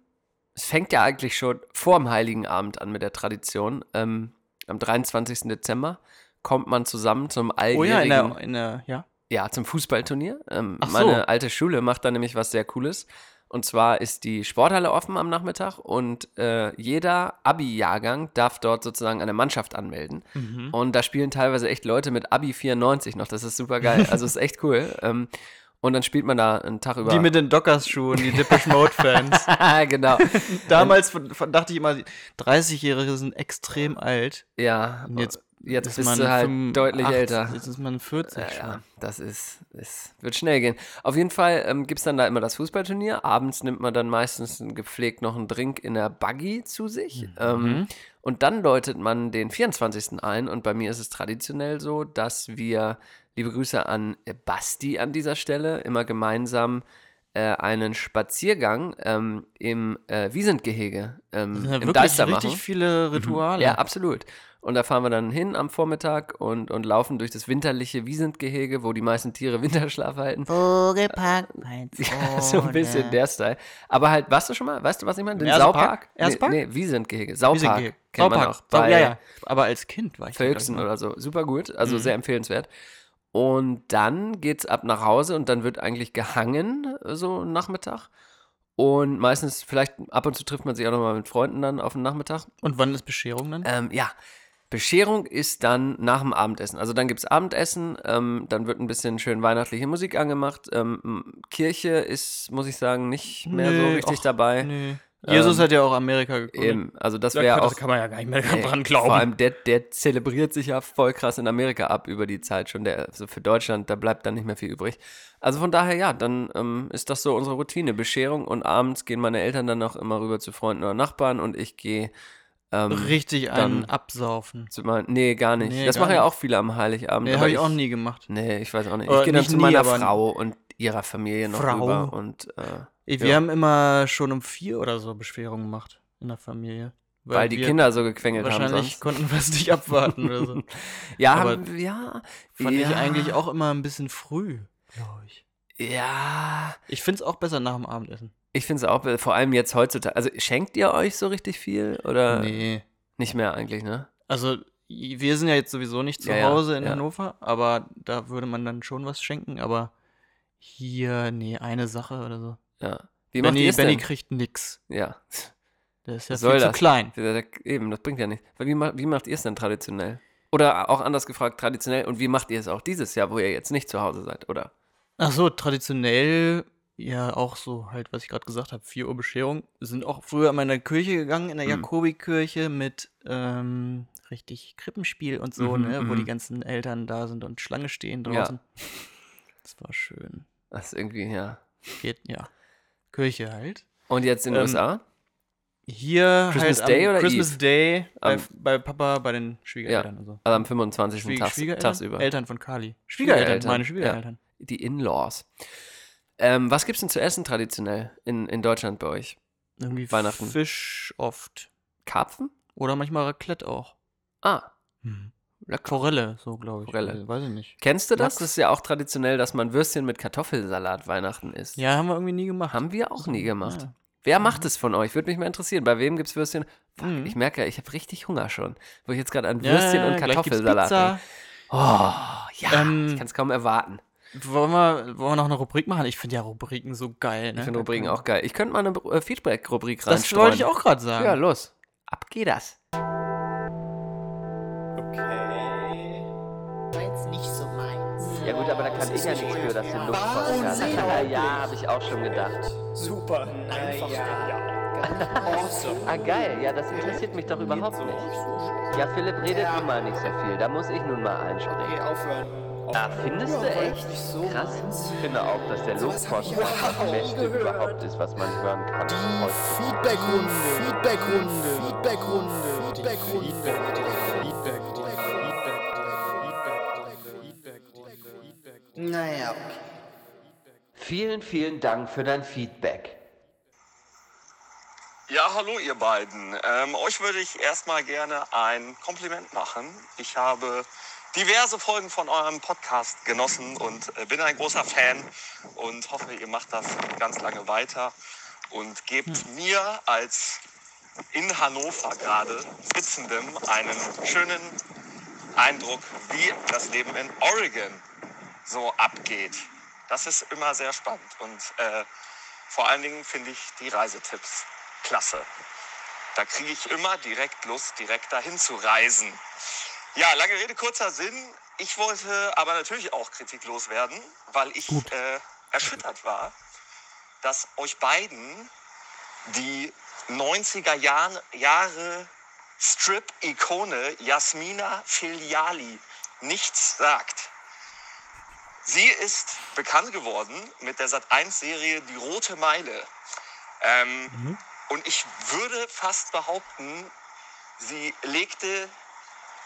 [SPEAKER 4] es fängt ja eigentlich schon vor dem Heiligen Abend an mit der Tradition. Ähm, am 23. Dezember kommt man zusammen zum alljährigen,
[SPEAKER 3] Oh ja, in der, in der, ja.
[SPEAKER 4] ja, zum Fußballturnier. Ähm,
[SPEAKER 3] Ach so.
[SPEAKER 4] meine alte Schule macht da nämlich was sehr Cooles. Und zwar ist die Sporthalle offen am Nachmittag und äh, jeder Abi-Jahrgang darf dort sozusagen eine Mannschaft anmelden.
[SPEAKER 3] Mhm.
[SPEAKER 4] Und da spielen teilweise echt Leute mit Abi 94 noch. Das ist super geil. Also ist echt cool. Ähm, und dann spielt man da einen Tag über.
[SPEAKER 3] Die mit den Dockers-Schuhen, die Dippish Mode-Fans.
[SPEAKER 4] genau.
[SPEAKER 3] Damals von- von- dachte ich immer, 30-Jährige sind extrem alt.
[SPEAKER 4] Ja.
[SPEAKER 3] Und jetzt,
[SPEAKER 4] jetzt bist du halt
[SPEAKER 3] 85,
[SPEAKER 4] deutlich älter.
[SPEAKER 3] Jetzt ist man 40
[SPEAKER 4] Ja, ja,
[SPEAKER 3] schon.
[SPEAKER 4] das ist, es wird schnell gehen. Auf jeden Fall ähm, gibt es dann da immer das Fußballturnier. Abends nimmt man dann meistens ein- gepflegt noch einen Drink in der Buggy zu sich.
[SPEAKER 3] Mhm.
[SPEAKER 4] Ähm, und dann läutet man den 24. ein. Und bei mir ist es traditionell so, dass wir, liebe Grüße an äh, Basti an dieser Stelle, immer gemeinsam äh, einen Spaziergang ähm, im äh, Wiesentgehege ähm,
[SPEAKER 3] Das sind ja
[SPEAKER 4] im
[SPEAKER 3] wirklich
[SPEAKER 4] Deister
[SPEAKER 3] richtig
[SPEAKER 4] machen.
[SPEAKER 3] viele äh, Rituale.
[SPEAKER 4] Mhm. Ja, absolut. Und da fahren wir dann hin am Vormittag und, und laufen durch das winterliche Wiesentgehege, wo die meisten Tiere Winterschlaf halten.
[SPEAKER 1] Vogelpark.
[SPEAKER 4] Ja, so ein bisschen der Style. Aber halt, warst du schon mal? Weißt du, was ich meine? Den
[SPEAKER 3] Erste Park?
[SPEAKER 4] Saupark?
[SPEAKER 3] Erste Park?
[SPEAKER 4] Nee, nee, Wiesentgehege. Saupark.
[SPEAKER 3] Wiesengehege.
[SPEAKER 4] Kennt man
[SPEAKER 3] Saupark.
[SPEAKER 4] auch
[SPEAKER 3] Sau-
[SPEAKER 4] bei
[SPEAKER 3] ja, ja. Aber als Kind war ich da, Mhm. glaub ich,
[SPEAKER 4] Verhüxen
[SPEAKER 3] mal.
[SPEAKER 4] oder so. Super gut, also sehr empfehlenswert. Und dann geht's ab nach Hause und dann wird eigentlich gehangen, so Nachmittag. Und meistens, vielleicht ab und zu trifft man sich auch nochmal mit Freunden dann auf den Nachmittag.
[SPEAKER 3] Und wann ist Bescherung dann?
[SPEAKER 4] Ähm, ja, Bescherung ist dann nach dem Abendessen. Also dann gibt es Abendessen, ähm, dann wird ein bisschen schön weihnachtliche Musik angemacht. Ähm, Kirche ist, muss ich sagen, nicht mehr so
[SPEAKER 3] Nee,
[SPEAKER 4] richtig
[SPEAKER 3] ach,
[SPEAKER 4] dabei. Ähm,
[SPEAKER 3] nee. Jesus hat ja auch Amerika gegründet.
[SPEAKER 4] Eben, also das
[SPEAKER 3] Da
[SPEAKER 4] wäre
[SPEAKER 3] kann-
[SPEAKER 4] auch.
[SPEAKER 3] das kann man ja gar nicht mehr dran
[SPEAKER 4] Nee,
[SPEAKER 3] glauben.
[SPEAKER 4] Vor allem, der, der zelebriert sich ja voll krass in Amerika ab über die Zeit schon. Der, also für Deutschland, da bleibt dann nicht mehr viel übrig. Also von daher, ja, dann ähm, ist das so unsere Routine. Bescherung und abends gehen meine Eltern dann noch immer rüber zu Freunden oder Nachbarn und ich gehe. Ähm,
[SPEAKER 3] richtig
[SPEAKER 4] dann-
[SPEAKER 3] einen absaufen.
[SPEAKER 4] zu meinen- nee, gar nicht.
[SPEAKER 3] Nee,
[SPEAKER 4] das
[SPEAKER 3] gar
[SPEAKER 4] machen ja
[SPEAKER 3] nicht.
[SPEAKER 4] auch viele am Heiligabend.
[SPEAKER 3] Nee,
[SPEAKER 4] aber
[SPEAKER 3] habe ich auch nie gemacht.
[SPEAKER 4] Nee, ich weiß auch nicht.
[SPEAKER 3] Oder
[SPEAKER 4] Ich gehe dann
[SPEAKER 3] nicht
[SPEAKER 4] zu
[SPEAKER 3] nie,
[SPEAKER 4] meiner
[SPEAKER 3] aber-
[SPEAKER 4] Frau und ihrer Familie noch
[SPEAKER 3] Frau.
[SPEAKER 4] rüber. Und, äh,
[SPEAKER 3] Ey, Wir
[SPEAKER 4] ja,
[SPEAKER 3] haben immer schon um vier oder so Bescherung gemacht in der Familie.
[SPEAKER 4] weil, die
[SPEAKER 3] wir
[SPEAKER 4] Kinder so gequengelt haben
[SPEAKER 3] Wahrscheinlich
[SPEAKER 4] sonst.
[SPEAKER 3] konnten wir es nicht abwarten oder so.
[SPEAKER 4] Ja,
[SPEAKER 3] aber
[SPEAKER 4] haben, ja.
[SPEAKER 3] Fand
[SPEAKER 4] ja,
[SPEAKER 3] ich eigentlich auch immer ein bisschen früh, glaub ich.
[SPEAKER 4] Ja.
[SPEAKER 3] Ich finde es auch besser nach dem Abendessen.
[SPEAKER 4] Ich finde es auch, be- vor allem jetzt heutzutage. Also schenkt ihr euch so richtig viel oder
[SPEAKER 3] nee.
[SPEAKER 4] nicht mehr eigentlich, ne?
[SPEAKER 3] Also, i- wir sind ja jetzt sowieso nicht zu
[SPEAKER 4] Ja, ja,
[SPEAKER 3] Hause in
[SPEAKER 4] ja.
[SPEAKER 3] Hannover, aber da würde man dann schon was schenken, aber hier, nee, eine Sache oder so.
[SPEAKER 4] Ja. Wie macht
[SPEAKER 3] Benny,
[SPEAKER 4] ihr
[SPEAKER 3] Benny
[SPEAKER 4] denn?
[SPEAKER 3] kriegt nix.
[SPEAKER 4] Ja.
[SPEAKER 3] Der ist ja
[SPEAKER 4] Was soll
[SPEAKER 3] viel zu
[SPEAKER 4] das?
[SPEAKER 3] klein.
[SPEAKER 4] Eben, das bringt ja nichts. Weil Wie, ma- wie macht ihr es denn traditionell? Oder auch anders gefragt, traditionell. Und wie macht ihr es auch dieses Jahr, wo ihr jetzt nicht zu Hause seid, oder?
[SPEAKER 3] Ach so, traditionell ja auch so halt, was ich gerade gesagt habe, 4 Uhr Bescherung. Wir Sind auch früher in meine Kirche gegangen, in der
[SPEAKER 4] Mhm.
[SPEAKER 3] Jakobikirche mit ähm, richtig Krippenspiel und so,
[SPEAKER 4] Mhm,
[SPEAKER 3] ne, wo die
[SPEAKER 4] mhm.
[SPEAKER 3] ganzen Eltern da sind und Schlange stehen
[SPEAKER 4] Ja.
[SPEAKER 3] draußen. Das war schön.
[SPEAKER 4] Das ist irgendwie, ja.
[SPEAKER 3] Geht, ja. Kirche halt.
[SPEAKER 4] Und jetzt in
[SPEAKER 3] Ähm,
[SPEAKER 4] den USA?
[SPEAKER 3] Hier
[SPEAKER 4] Christmas
[SPEAKER 3] halt am
[SPEAKER 4] Day oder
[SPEAKER 3] Christmas
[SPEAKER 4] Eve?
[SPEAKER 3] Day bei,
[SPEAKER 4] Am-
[SPEAKER 3] bei Papa, bei den Schwiegereltern und so.
[SPEAKER 4] Also am 25.
[SPEAKER 3] Schwie-
[SPEAKER 4] tags, tagsüber.
[SPEAKER 3] Eltern von Kali.
[SPEAKER 4] Schwiegereltern,
[SPEAKER 3] meine
[SPEAKER 4] ja.
[SPEAKER 3] Schwiegereltern.
[SPEAKER 4] Die In-Laws. Ähm, was gibt's denn zu essen traditionell in, in Deutschland bei euch?
[SPEAKER 3] Irgendwie
[SPEAKER 4] Weihnachten.
[SPEAKER 3] Fisch oft.
[SPEAKER 4] Karpfen?
[SPEAKER 3] Oder manchmal Raclette auch. Hm.
[SPEAKER 4] Ah,
[SPEAKER 3] Forelle, so glaube ich.
[SPEAKER 4] Forelle.
[SPEAKER 3] Also, Weiß ich nicht.
[SPEAKER 4] kennst du das?
[SPEAKER 3] Lachs.
[SPEAKER 4] Das ist ja auch traditionell, dass man Würstchen mit Kartoffelsalat Weihnachten isst.
[SPEAKER 3] Ja, haben wir irgendwie nie gemacht.
[SPEAKER 4] Haben wir auch nie gemacht.
[SPEAKER 3] Ja.
[SPEAKER 4] Wer macht es von euch? Würde mich mal interessieren. Bei wem gibt's Würstchen? Fuck,
[SPEAKER 3] Mhm.
[SPEAKER 4] ich merke ja, ich habe richtig Hunger schon. Wo ich jetzt gerade an
[SPEAKER 3] Ja,
[SPEAKER 4] Würstchen
[SPEAKER 3] ja,
[SPEAKER 4] und
[SPEAKER 3] gleich gibt's
[SPEAKER 4] Kartoffelsalat
[SPEAKER 3] Pizza.
[SPEAKER 4] denke. Oh, ja,
[SPEAKER 3] Ähm,
[SPEAKER 4] ich kann es kaum erwarten.
[SPEAKER 3] Wollen wir, wollen wir noch eine Rubrik machen? Ich finde ja Rubriken so geil. Ne?
[SPEAKER 4] Ich finde Rubriken auch geil. Ich könnte mal eine äh, Feedback-Rubrik
[SPEAKER 3] Das wollte ich
[SPEAKER 4] reinstreuen.
[SPEAKER 3] auch gerade sagen.
[SPEAKER 4] Ja, los. Ab geht das.
[SPEAKER 1] Meins nicht so meins.
[SPEAKER 4] Ja gut, aber da kann ich ja nichts für, dass den Luftfahrt Ja, ja habe ich auch schon gedacht.
[SPEAKER 8] Super, einfach
[SPEAKER 4] Ah geil, ja, das interessiert mich doch überhaupt nicht. Ja, Philipp redet nun mal nicht so viel, da muss ich nun mal einspringen.
[SPEAKER 8] aufhören.
[SPEAKER 4] Ah, findest du echt? Krass. Ich finde auch, dass der Luftpodcast das Beste überhaupt ist, was man hören kann.
[SPEAKER 1] Feedbackrunde, Feedbackrunde, Feedbackrunde, Feedbackrunde.
[SPEAKER 2] Naja, okay.
[SPEAKER 4] Vielen, vielen Dank für dein Feedback.
[SPEAKER 9] Ja, hallo ihr beiden. Ähm, euch würde ich erstmal gerne ein Kompliment machen. Ich habe diverse Folgen von eurem Podcast genossen und äh, bin ein großer Fan und hoffe, ihr macht das ganz lange weiter. und gebt mir als in Hannover gerade Sitzendem einen schönen Eindruck, wie das Leben in Oregon so abgeht. Das ist immer sehr spannend und äh, vor allen Dingen finde ich die Reisetipps klasse. Da kriege ich immer direkt Lust, direkt dahin zu reisen. Ja, lange Rede, kurzer Sinn. Ich wollte aber natürlich auch kritiklos werden, weil ich äh, erschüttert war, dass euch beiden die 90er Jahre, Jahre Strip-Ikone Jasmina Filiali nichts sagt. Sie ist bekannt geworden mit der Sat1-Serie Die Rote Meile. Ähm, Und ich würde fast behaupten, sie legte,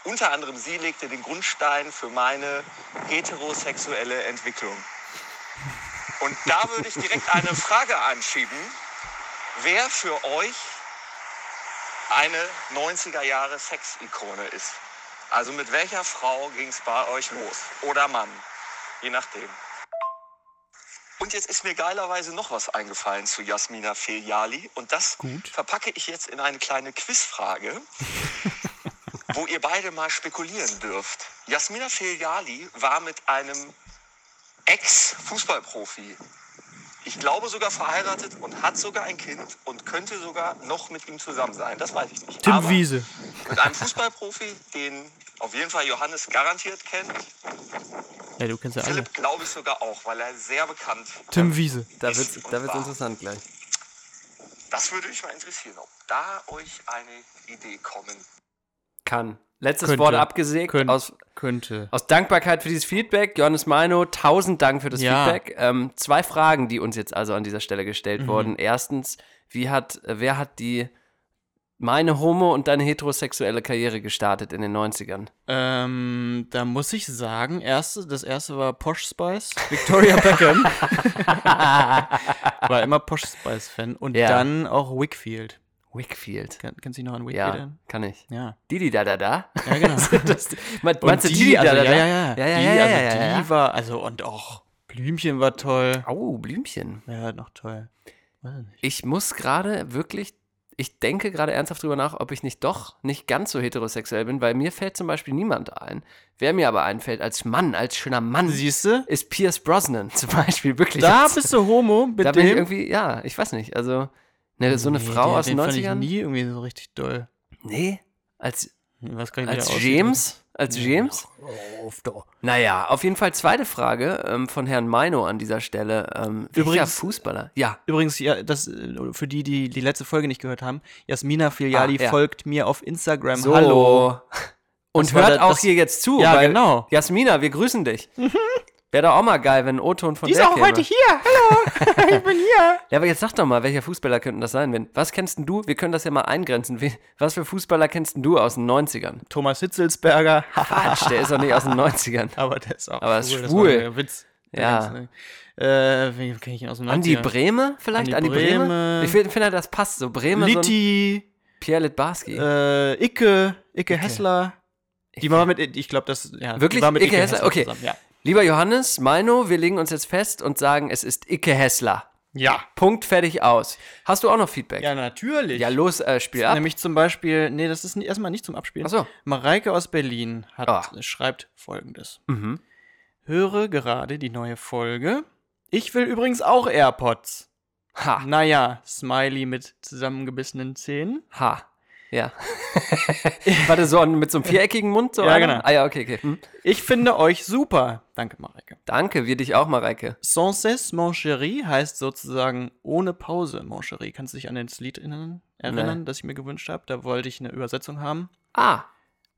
[SPEAKER 9] unter anderem sie legte den Grundstein für meine heterosexuelle Entwicklung. Und da würde ich direkt eine Frage anschieben. Wer für euch eine 90er Jahre Sex-Ikone ist? Also mit welcher Frau ging es bei euch los? Oder Mann? Je nachdem. Und jetzt ist mir geilerweise noch was eingefallen zu Jasmina Filiali. Und das verpacke ich jetzt in eine kleine Quizfrage, wo ihr beide mal spekulieren dürft. Jasmina Filiali war mit einem Ex-Fußballprofi. Ich glaube sogar verheiratet und hat sogar ein Kind und könnte sogar noch mit ihm zusammen sein. Das weiß ich nicht.
[SPEAKER 3] Tim
[SPEAKER 9] Aber
[SPEAKER 3] Wiese.
[SPEAKER 9] Mit einem Fußballprofi, den auf jeden Fall Johannes garantiert kennt.
[SPEAKER 3] Ja, du kennst ja alle.
[SPEAKER 9] Philipp glaube ich sogar auch, weil er sehr bekannt
[SPEAKER 3] Tim Wiese.
[SPEAKER 4] Da
[SPEAKER 9] Ist
[SPEAKER 4] wird's, da wird's
[SPEAKER 9] wahr.
[SPEAKER 4] interessant gleich.
[SPEAKER 9] Das würde mich mal interessieren, ob da euch eine Idee kommen
[SPEAKER 4] Kann. Letztes
[SPEAKER 3] Könnte.
[SPEAKER 4] Wort abgesägt.
[SPEAKER 3] Könnt,
[SPEAKER 4] Aus,
[SPEAKER 3] könnte.
[SPEAKER 4] aus Dankbarkeit für dieses Feedback. Johannes Meino, tausend Dank für das
[SPEAKER 3] Ja.
[SPEAKER 4] Feedback. Ähm, zwei Fragen, die uns jetzt also an dieser Stelle
[SPEAKER 3] Mhm.
[SPEAKER 4] gestellt wurden. Erstens, wie hat, äh, wer hat die meine homo- und deine heterosexuelle Karriere gestartet in den 90ern?
[SPEAKER 3] Ähm, da muss ich sagen, erste, das erste war Posh Spice, Victoria Beckham. war immer Posh Spice-Fan. Und
[SPEAKER 4] Ja.
[SPEAKER 3] dann auch Wickfield.
[SPEAKER 4] Wickfield.
[SPEAKER 3] Ken- Kennst du dich noch an Wickfield?
[SPEAKER 4] Ja,
[SPEAKER 3] erinnern?
[SPEAKER 4] kann ich.
[SPEAKER 3] Ja.
[SPEAKER 4] Didi da da da.
[SPEAKER 3] Ja, genau.
[SPEAKER 4] Das, mein,
[SPEAKER 3] Und
[SPEAKER 4] meinst du
[SPEAKER 3] die,
[SPEAKER 4] Didi da
[SPEAKER 3] also, ja,
[SPEAKER 4] da da?
[SPEAKER 3] ja, ja.
[SPEAKER 4] ja, ja,
[SPEAKER 3] die,
[SPEAKER 4] ja,
[SPEAKER 3] also
[SPEAKER 4] ja, ja,
[SPEAKER 3] die
[SPEAKER 4] ja.
[SPEAKER 3] war, also und auch Blümchen war toll.
[SPEAKER 4] Au, Blümchen.
[SPEAKER 3] Ja, halt noch toll. Weiß ich nicht.
[SPEAKER 4] Ich muss gerade wirklich, ich denke gerade ernsthaft drüber nach, ob ich nicht doch nicht ganz so heterosexuell bin, weil mir fällt zum Beispiel niemand ein. Wer mir aber einfällt, als Mann, als schöner Mann,
[SPEAKER 3] Siehst du?
[SPEAKER 4] ist Pierce Brosnan zum Beispiel wirklich.
[SPEAKER 3] Da
[SPEAKER 4] Jetzt-
[SPEAKER 3] bist du Homo, mit
[SPEAKER 4] da bin ich
[SPEAKER 3] dem.
[SPEAKER 4] irgendwie, ja, ich weiß nicht. Also, ne, so eine
[SPEAKER 3] Nee,
[SPEAKER 4] Frau
[SPEAKER 3] den-
[SPEAKER 4] aus den
[SPEAKER 3] den fand ich
[SPEAKER 4] 90ern.
[SPEAKER 3] nie irgendwie so richtig doll.
[SPEAKER 4] Nee, als,
[SPEAKER 3] Ich weiß gar nicht, wie
[SPEAKER 4] als
[SPEAKER 3] der aussieht.
[SPEAKER 4] James. Als James? Naja, auf jeden Fall zweite Frage ähm, von Herrn Meino an dieser Stelle. Ähm, welcher
[SPEAKER 3] Übrigens-
[SPEAKER 4] Fußballer? Ja,
[SPEAKER 3] Übrigens, ja, das, äh, für die, die die letzte Folge nicht gehört haben, Jasmina Filiali
[SPEAKER 4] Ah, ja.
[SPEAKER 3] folgt mir auf Instagram.
[SPEAKER 4] So.
[SPEAKER 3] Hallo.
[SPEAKER 4] Und
[SPEAKER 3] Das war
[SPEAKER 4] hört
[SPEAKER 3] da-
[SPEAKER 4] auch
[SPEAKER 3] das-
[SPEAKER 4] hier jetzt zu.
[SPEAKER 3] Ja,
[SPEAKER 4] weil-
[SPEAKER 3] genau. Mhm.
[SPEAKER 4] Jasmina, wir grüßen dich. Wäre doch auch mal geil, wenn O-Ton von der käme.
[SPEAKER 3] hier. Hallo, ich bin hier.
[SPEAKER 4] Ja, aber jetzt sag doch mal, welcher Fußballer könnten das sein? Wenn, was kennst denn du? Wir können das ja mal eingrenzen. Wie, was für Fußballer kennst denn du aus den 90ern?
[SPEAKER 3] Thomas Hitzelsberger.
[SPEAKER 4] Quatsch, der ist doch nicht aus den 90ern.
[SPEAKER 3] Aber der ist auch
[SPEAKER 4] Aber ist
[SPEAKER 3] das
[SPEAKER 4] schwul.
[SPEAKER 3] war der Witz. Der
[SPEAKER 4] Ja.
[SPEAKER 3] ganze- ne? Äh, wen kenn ich ihn aus dem
[SPEAKER 4] Andi
[SPEAKER 3] 90er?
[SPEAKER 4] Brehme vielleicht?
[SPEAKER 3] Andi
[SPEAKER 4] Andi, Brehme?
[SPEAKER 3] Brehme.
[SPEAKER 4] Ich finde, find, halt, das passt so. Brehme, so ein
[SPEAKER 3] Litti,
[SPEAKER 4] Pierre Litbarski.
[SPEAKER 3] äh, Icke, Icke Hessler. Die war mit, ich glaube, das, ja.
[SPEAKER 4] Wirklich?
[SPEAKER 3] Die war mit
[SPEAKER 4] Icke
[SPEAKER 3] Icke,
[SPEAKER 4] Hessler?
[SPEAKER 3] Hessler?
[SPEAKER 4] Okay.
[SPEAKER 3] zusammen, ja.
[SPEAKER 4] Lieber Johannes, Meino, wir legen uns jetzt fest und sagen, es ist Icke Hessler.
[SPEAKER 3] Ja.
[SPEAKER 4] Punkt, fertig, aus. Hast du auch noch Feedback?
[SPEAKER 3] Ja, natürlich.
[SPEAKER 4] Ja, los, äh, Spiel ab.
[SPEAKER 3] Nämlich zum Beispiel, nee, das ist ni- erstmal nicht zum Abspielen.
[SPEAKER 4] Ach so.
[SPEAKER 3] Mareike aus Berlin hat, äh,
[SPEAKER 4] Ah. Mhm.
[SPEAKER 3] schreibt folgendes. Höre gerade die neue Folge. Ich will übrigens auch AirPods.
[SPEAKER 4] Ha,
[SPEAKER 3] Naja, Smiley mit zusammengebissenen Zähnen.
[SPEAKER 4] ha. Ja. Warte, so ein- mit so einem viereckigen Mund? So
[SPEAKER 3] Ja,
[SPEAKER 4] einer?
[SPEAKER 3] genau.
[SPEAKER 4] Ah ja, okay, okay. Hm.
[SPEAKER 3] Ich finde euch super. Danke, Mareike.
[SPEAKER 4] Danke, wir dich auch, Mareike.
[SPEAKER 3] Sans cesse, mon chéri heißt sozusagen ohne Pause, mon chéri. Kannst du dich an das Lied erinnern, erinnern das ich mir gewünscht habe? Da wollte ich eine Übersetzung haben.
[SPEAKER 4] Ah,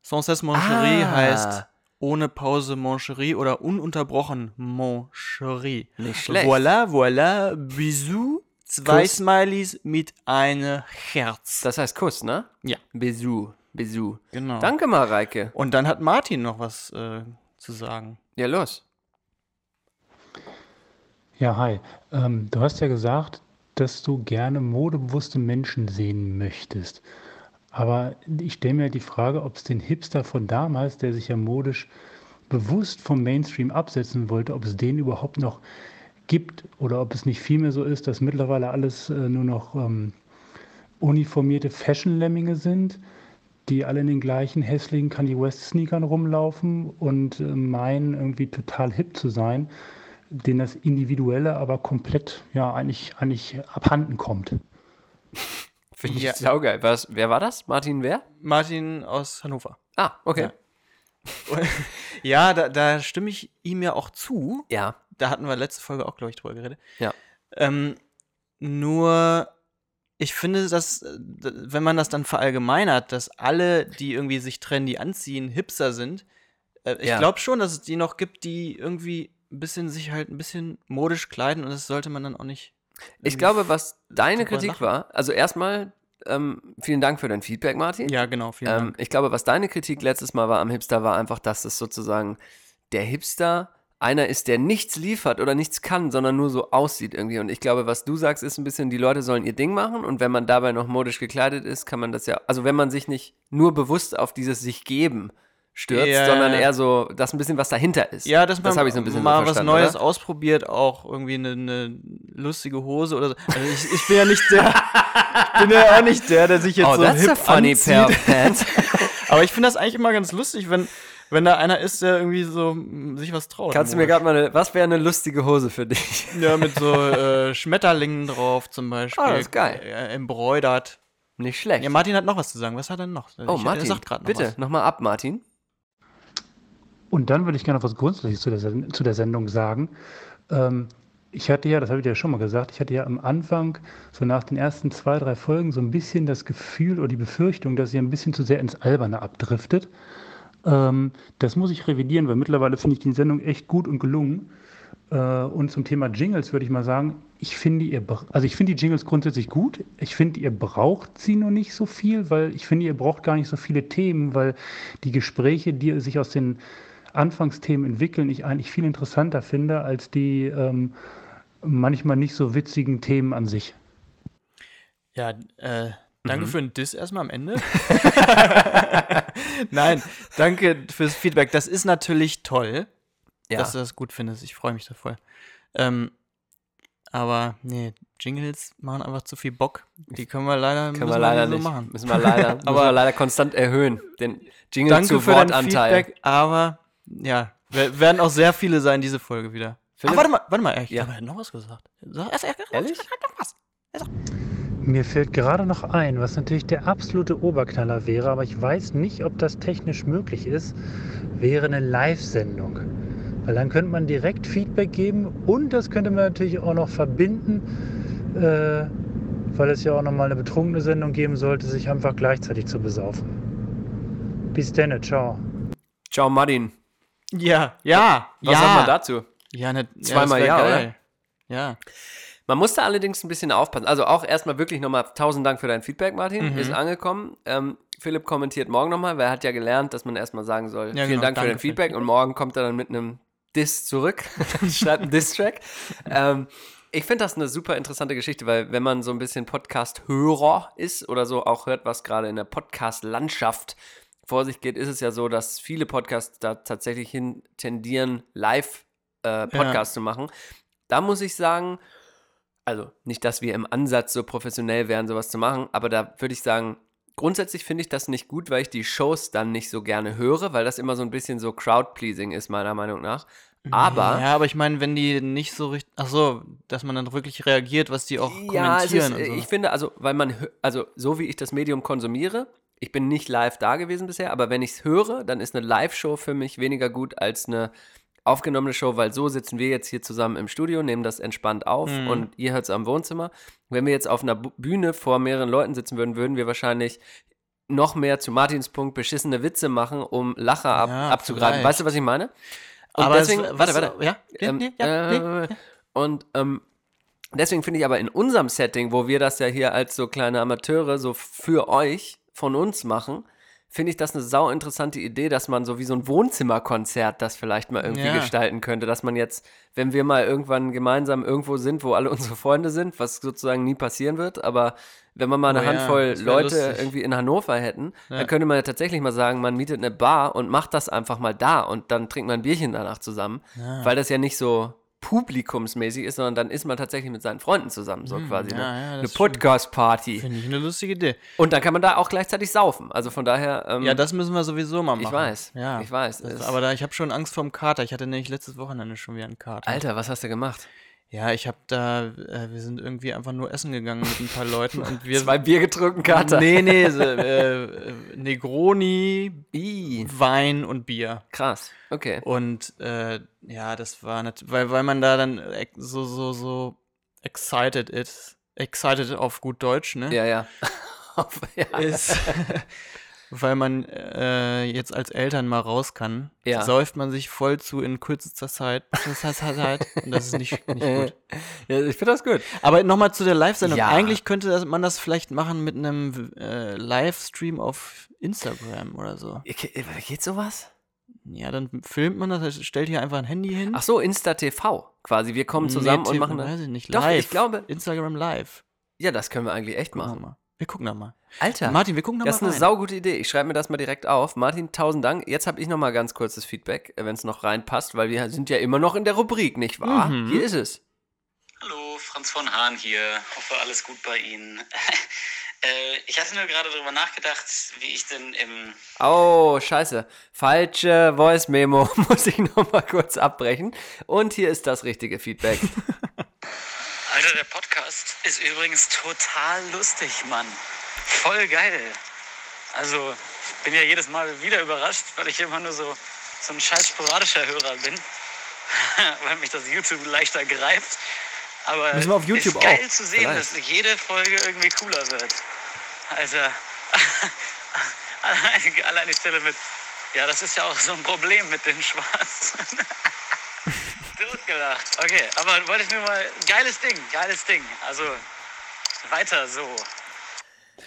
[SPEAKER 3] Sans cesse, mon chéri
[SPEAKER 4] Ah.
[SPEAKER 3] heißt ohne Pause, mon chéri oder ununterbrochen, mon chéri.
[SPEAKER 4] Nicht schlecht.
[SPEAKER 3] Voilà, voilà, bisous. Zwei
[SPEAKER 4] Kuss.
[SPEAKER 3] Smileys mit einem Herz.
[SPEAKER 4] das heißt Kuss, ne?
[SPEAKER 3] Ja.
[SPEAKER 4] Besu, Besu.
[SPEAKER 3] Genau.
[SPEAKER 4] Danke, Mareike.
[SPEAKER 3] Und dann hat Martin noch was äh, zu sagen.
[SPEAKER 4] Ja, los.
[SPEAKER 10] Ja, hi. Ähm, du hast ja gesagt, dass du gerne modebewusste Menschen sehen möchtest. Aber ich stelle mir halt die Frage, ob es den Hipster von damals, der sich ja modisch bewusst vom Mainstream absetzen wollte, ob es den überhaupt noch gibt oder ob es nicht vielmehr so ist, dass mittlerweile alles äh, nur noch ähm, uniformierte Fashion-Lemminge sind, die alle in den gleichen hässlichen Kanye West-Sneakern rumlaufen und äh, meinen, irgendwie total hip zu sein, denen das Individuelle aber komplett, ja, eigentlich, eigentlich abhanden kommt.
[SPEAKER 3] Finde ich
[SPEAKER 4] Ja.
[SPEAKER 3] sau-
[SPEAKER 4] Saugeil. Was, wer war das? Martin wer?
[SPEAKER 3] Martin aus Hannover.
[SPEAKER 4] Ah, okay.
[SPEAKER 3] Ja, da, da stimme ich ihm ja auch zu.
[SPEAKER 4] Ja.
[SPEAKER 3] Da hatten wir letzte Folge auch, glaube ich, drüber geredet.
[SPEAKER 4] Ja.
[SPEAKER 3] Ähm, nur, ich finde, dass, äh, d- wenn man das dann verallgemeinert, dass alle, die irgendwie sich trendy anziehen, hipster sind, äh, ich
[SPEAKER 4] Ja.
[SPEAKER 3] glaube schon, dass es die noch gibt, die irgendwie ein bisschen sich halt ein bisschen modisch kleiden und das sollte man dann auch nicht.
[SPEAKER 4] Ich
[SPEAKER 3] irgendwie
[SPEAKER 4] glaube, was deine
[SPEAKER 3] drüber
[SPEAKER 4] Kritik
[SPEAKER 3] lachen.
[SPEAKER 4] war, also erstmal ähm, vielen Dank für dein Feedback, Martin.
[SPEAKER 3] Ja, genau, vielen
[SPEAKER 4] Ähm,
[SPEAKER 3] Dank.
[SPEAKER 4] ich glaube, was deine Kritik letztes Mal war am Hipster, war einfach, dass es sozusagen der Hipster einer ist, der nichts liefert oder nichts kann, sondern nur so aussieht irgendwie. Und ich glaube, was du sagst, ist ein bisschen, die Leute sollen ihr Ding machen und wenn man dabei noch modisch gekleidet ist, kann man das ja, also wenn man sich nicht nur bewusst auf dieses sich geben stürzt,
[SPEAKER 3] Ja,
[SPEAKER 4] sondern
[SPEAKER 3] ja.
[SPEAKER 4] eher so, dass ein bisschen was dahinter ist.
[SPEAKER 3] Ja, dass man
[SPEAKER 4] das habe ich so ein bisschen
[SPEAKER 3] mal
[SPEAKER 4] so
[SPEAKER 3] was
[SPEAKER 4] verstanden,
[SPEAKER 3] Neues
[SPEAKER 4] oder?
[SPEAKER 3] ausprobiert, auch irgendwie eine, eine lustige Hose oder so. Also ich, ich bin ja nicht der, ich bin ja auch nicht der, der sich jetzt
[SPEAKER 4] Oh,
[SPEAKER 3] so
[SPEAKER 4] that's
[SPEAKER 3] hip
[SPEAKER 4] a funny
[SPEAKER 3] anzieht.
[SPEAKER 4] pair of pants.
[SPEAKER 3] Aber ich finde das eigentlich immer ganz lustig, wenn, wenn da einer ist, der irgendwie so mm, sich was traut.
[SPEAKER 4] Kannst du mir
[SPEAKER 3] gar
[SPEAKER 4] gerade mal, eine, was wäre eine lustige Hose für dich?
[SPEAKER 3] Ja, mit so äh, Schmetterlingen drauf zum Beispiel.
[SPEAKER 4] Ah, das ist geil.
[SPEAKER 3] Äh, embroidert.
[SPEAKER 4] Nicht schlecht.
[SPEAKER 3] Ja, Martin hat noch was zu sagen. Was hat er denn noch?
[SPEAKER 4] oh,
[SPEAKER 3] Ich-
[SPEAKER 4] Martin,
[SPEAKER 3] Er sagt gerade noch
[SPEAKER 4] bitte,
[SPEAKER 3] was.
[SPEAKER 4] nochmal ab, Martin.
[SPEAKER 10] Und dann würde ich gerne noch was Grundsätzliches zu der, Sen- zu der Sendung sagen. Ähm, ich hatte ja, das habe ich dir ja schon mal gesagt, ich hatte ja am Anfang, so nach den ersten zwei, drei Folgen, so ein bisschen das Gefühl oder die Befürchtung, dass ihr ein bisschen zu sehr ins Alberne abdriftet. Ähm, das muss ich revidieren, weil mittlerweile finde ich die Sendung echt gut und gelungen. Äh, und zum Thema Jingles würde ich mal sagen, ich finde, ihr, br- also ich finde die Jingles grundsätzlich gut. Ich finde, ihr braucht sie nur nicht so viel, weil ich finde, ihr braucht gar nicht so viele Themen, weil die Gespräche, die sich aus den Anfangsthemen entwickeln, ich eigentlich viel interessanter finde als die ähm, manchmal nicht so witzigen Themen an sich.
[SPEAKER 3] Ja, äh, danke für den Diss erstmal am Ende. Nein, danke fürs Feedback. Das ist natürlich toll,
[SPEAKER 4] Ja.
[SPEAKER 3] dass du das gut findest. Ich freue mich da voll. Ähm, aber nee, Jingles machen einfach zu viel Bock. Die können wir leider,
[SPEAKER 4] Können
[SPEAKER 3] müssen
[SPEAKER 4] wir leider
[SPEAKER 3] so
[SPEAKER 4] nicht.
[SPEAKER 3] machen.
[SPEAKER 4] Müssen wir leider, müssen
[SPEAKER 3] Aber-
[SPEAKER 4] wir leider konstant erhöhen. Den Jingle
[SPEAKER 3] Danke
[SPEAKER 4] zu
[SPEAKER 3] für dein
[SPEAKER 4] Wortanteil.
[SPEAKER 3] Feedback, aber ja, wer- werden auch sehr viele sein diese Folge wieder. Ach,
[SPEAKER 4] Philipp?
[SPEAKER 3] warte mal, warte mal, ich
[SPEAKER 4] Ja.
[SPEAKER 3] glaube, er hat noch was gesagt. Sag- er- er- er-
[SPEAKER 4] Ehrlich?
[SPEAKER 3] er hat noch was.
[SPEAKER 10] Mir fällt gerade noch ein, was natürlich der absolute Oberknaller wäre, aber ich weiß nicht, ob das technisch möglich ist, wäre eine Live-Sendung. Weil dann könnte man direkt Feedback geben und das könnte man natürlich auch noch verbinden, äh, weil es ja auch nochmal eine betrunkene Sendung geben sollte, sich einfach gleichzeitig zu besaufen. Bis dann, ciao.
[SPEAKER 4] Ciao, Martin.
[SPEAKER 3] Ja, ja,
[SPEAKER 4] Was
[SPEAKER 3] ja.
[SPEAKER 4] sagt man dazu?
[SPEAKER 3] Ja, ne,
[SPEAKER 4] Zweimal
[SPEAKER 3] ja, das wär
[SPEAKER 4] ja, oder?
[SPEAKER 3] geil. Ja.
[SPEAKER 4] Man musste allerdings ein bisschen aufpassen. Also auch erstmal wirklich nochmal tausend Dank für dein Feedback,
[SPEAKER 3] Mhm.
[SPEAKER 4] Martin. Ist angekommen. Ähm, Philipp kommentiert morgen nochmal, weil er hat ja gelernt, dass man erstmal sagen soll,
[SPEAKER 3] Ja,
[SPEAKER 4] vielen
[SPEAKER 3] genau,
[SPEAKER 4] Dank für
[SPEAKER 3] danke
[SPEAKER 4] dein
[SPEAKER 3] für dein
[SPEAKER 4] Feedback. Und morgen kommt er dann mit einem Diss zurück, statt einem Diss-Track. ähm, ich finde das eine super interessante Geschichte, weil wenn man so ein bisschen Podcast-Hörer ist oder so auch hört, was gerade in der Podcast-Landschaft vor sich geht, ist es ja so, dass viele Podcasts da tatsächlich hin tendieren, live äh, Podcasts zu machen. Da muss ich sagen, also nicht, dass wir im Ansatz so professionell wären, sowas zu machen, aber da würde ich sagen, grundsätzlich finde ich das nicht gut, weil ich die Shows dann nicht so gerne höre, weil das immer so ein bisschen so Crowd-Pleasing ist, meiner Meinung nach. Aber.
[SPEAKER 3] ja, aber ich meine, wenn die nicht so richtig, ach so, dass man dann wirklich reagiert, was die auch
[SPEAKER 4] es
[SPEAKER 3] kommentieren
[SPEAKER 4] ist,
[SPEAKER 3] und so.
[SPEAKER 4] Ich finde, also, weil man, hö- also, so wie ich das Medium konsumiere, ich bin nicht live da gewesen bisher, aber wenn ich es höre, dann ist eine Live-Show für mich weniger gut als eine aufgenommene Show, weil so sitzen wir jetzt hier zusammen im Studio, nehmen das entspannt auf
[SPEAKER 3] Mhm.
[SPEAKER 4] und ihr hört es am Wohnzimmer. Wenn wir jetzt auf einer Bu- Bühne vor mehreren Leuten sitzen würden, würden wir wahrscheinlich noch mehr zu Martins Punkt beschissene Witze machen, um Lacher ab,
[SPEAKER 3] Ja,
[SPEAKER 4] abzugreifen.
[SPEAKER 3] vielleicht.
[SPEAKER 4] Weißt du, was ich meine? Und
[SPEAKER 3] aber
[SPEAKER 4] deswegen,
[SPEAKER 3] es,
[SPEAKER 4] warte,
[SPEAKER 3] was-
[SPEAKER 4] warte.
[SPEAKER 3] Ja, nee,
[SPEAKER 4] Ähm,
[SPEAKER 3] nee, ja, nee.
[SPEAKER 4] äh, Und ähm, deswegen finde ich aber in unserem Setting, wo wir das ja hier als so kleine Amateure so für euch von uns machen, finde ich das eine sau interessante Idee, dass man so wie so ein Wohnzimmerkonzert das vielleicht mal irgendwie
[SPEAKER 3] Ja.
[SPEAKER 4] gestalten könnte, dass man jetzt, wenn wir mal irgendwann gemeinsam irgendwo sind, wo alle unsere Freunde sind, was sozusagen nie passieren wird, aber wenn man mal eine
[SPEAKER 3] Oh ja,
[SPEAKER 4] Handvoll
[SPEAKER 3] das wär
[SPEAKER 4] Leute
[SPEAKER 3] lustig.
[SPEAKER 4] irgendwie in Hannover hätten,
[SPEAKER 3] Ja.
[SPEAKER 4] dann könnte man ja tatsächlich mal sagen, man mietet eine Bar und macht das einfach mal da und dann trinkt man ein Bierchen danach zusammen, weil das ja nicht so publikumsmäßig ist, sondern dann ist man tatsächlich mit seinen Freunden zusammen, so quasi.
[SPEAKER 3] Hm, ja,
[SPEAKER 4] ne?
[SPEAKER 3] ja,
[SPEAKER 4] eine
[SPEAKER 3] das stimmt.
[SPEAKER 4] Podcast-Party.
[SPEAKER 3] Finde ich eine lustige Idee.
[SPEAKER 4] Und dann kann man da auch gleichzeitig saufen. Also von daher. Ähm,
[SPEAKER 3] Ja, das müssen wir sowieso mal machen.
[SPEAKER 4] Ich weiß,
[SPEAKER 3] Ja.
[SPEAKER 4] ich weiß,
[SPEAKER 3] Das,
[SPEAKER 4] es-
[SPEAKER 3] aber da, ich habe schon Angst vorm Kater. Ich hatte nämlich letztes Wochenende schon wieder einen Kater.
[SPEAKER 4] Alter, was hast du gemacht?
[SPEAKER 3] Ja, ich habe da, äh, wir sind irgendwie einfach nur essen gegangen mit ein paar Leuten und wir.
[SPEAKER 4] Zwei Bier getrunken, Kater.
[SPEAKER 3] Nee, nee, so, äh, äh, Negroni,
[SPEAKER 4] Ih,
[SPEAKER 3] Wein und Bier.
[SPEAKER 4] krass. Okay.
[SPEAKER 3] Und äh, ja, das war nat- weil, weil man da dann ex- so, so, so excited ist. Excited auf gut Deutsch, ne?
[SPEAKER 4] Ja, ja. ja.
[SPEAKER 3] Ist, weil man äh, jetzt als Eltern mal raus kann,
[SPEAKER 4] Ja.
[SPEAKER 3] säuft man sich voll zu in kürzester Zeit. Das heißt halt, und das ist nicht, nicht gut.
[SPEAKER 4] ja, ich finde das gut.
[SPEAKER 3] Aber nochmal zu der Live-Sendung.
[SPEAKER 4] Ja.
[SPEAKER 3] Eigentlich könnte das, man das vielleicht machen mit einem äh, Livestream auf Instagram oder so.
[SPEAKER 4] Äh, Ge- Geht sowas?
[SPEAKER 3] Ja, dann filmt man das, also stellt hier einfach ein Handy hin.
[SPEAKER 4] Ach so, Insta TV quasi. Wir kommen
[SPEAKER 3] Nee,
[SPEAKER 4] zusammen und
[SPEAKER 3] Tim,
[SPEAKER 4] machen
[SPEAKER 3] weiß
[SPEAKER 4] das.
[SPEAKER 3] ich nicht,
[SPEAKER 4] Doch,
[SPEAKER 3] live.
[SPEAKER 4] ich glaube-
[SPEAKER 3] Instagram live.
[SPEAKER 4] Ja, das können wir eigentlich echt
[SPEAKER 3] Gucken wir
[SPEAKER 4] machen.
[SPEAKER 3] mal. Wir gucken da mal.
[SPEAKER 4] Alter,
[SPEAKER 3] Martin, wir gucken da
[SPEAKER 4] das ist
[SPEAKER 3] mal
[SPEAKER 4] eine
[SPEAKER 3] rein.
[SPEAKER 4] saugute Idee. Ich schreibe mir das mal direkt auf. Martin, tausend Dank. Jetzt habe ich noch mal ganz kurzes Feedback, wenn es noch reinpasst, weil wir halt sind ja immer noch in der Rubrik, nicht wahr?
[SPEAKER 3] Mhm.
[SPEAKER 4] Hier ist es.
[SPEAKER 11] Hallo, Franz von Hahn hier. Hoffe, alles gut bei Ihnen. äh, ich hatte nur gerade darüber nachgedacht, wie ich denn im
[SPEAKER 4] Oh, scheiße. Falsche Voice Memo. Muss ich noch mal kurz abbrechen. Und hier ist das richtige Feedback.
[SPEAKER 11] Alter, der Podcast ist übrigens total lustig, Mann. Voll geil. Also, ich bin ja jedes Mal wieder überrascht, weil ich immer nur so, so ein scheiß sporadischer Hörer bin. weil mich das YouTube leichter greift. Aber
[SPEAKER 3] Müssen wir auf YouTube
[SPEAKER 11] ist geil
[SPEAKER 3] auch,
[SPEAKER 11] zu sehen, dass jede Folge irgendwie cooler wird. Also, allein, allein die Stelle mit, ja, das ist ja auch so ein Problem mit dem Schwarz. Totgelacht. Okay, aber wollte ich nur mal, geiles Ding, geiles Ding. Also, weiter so.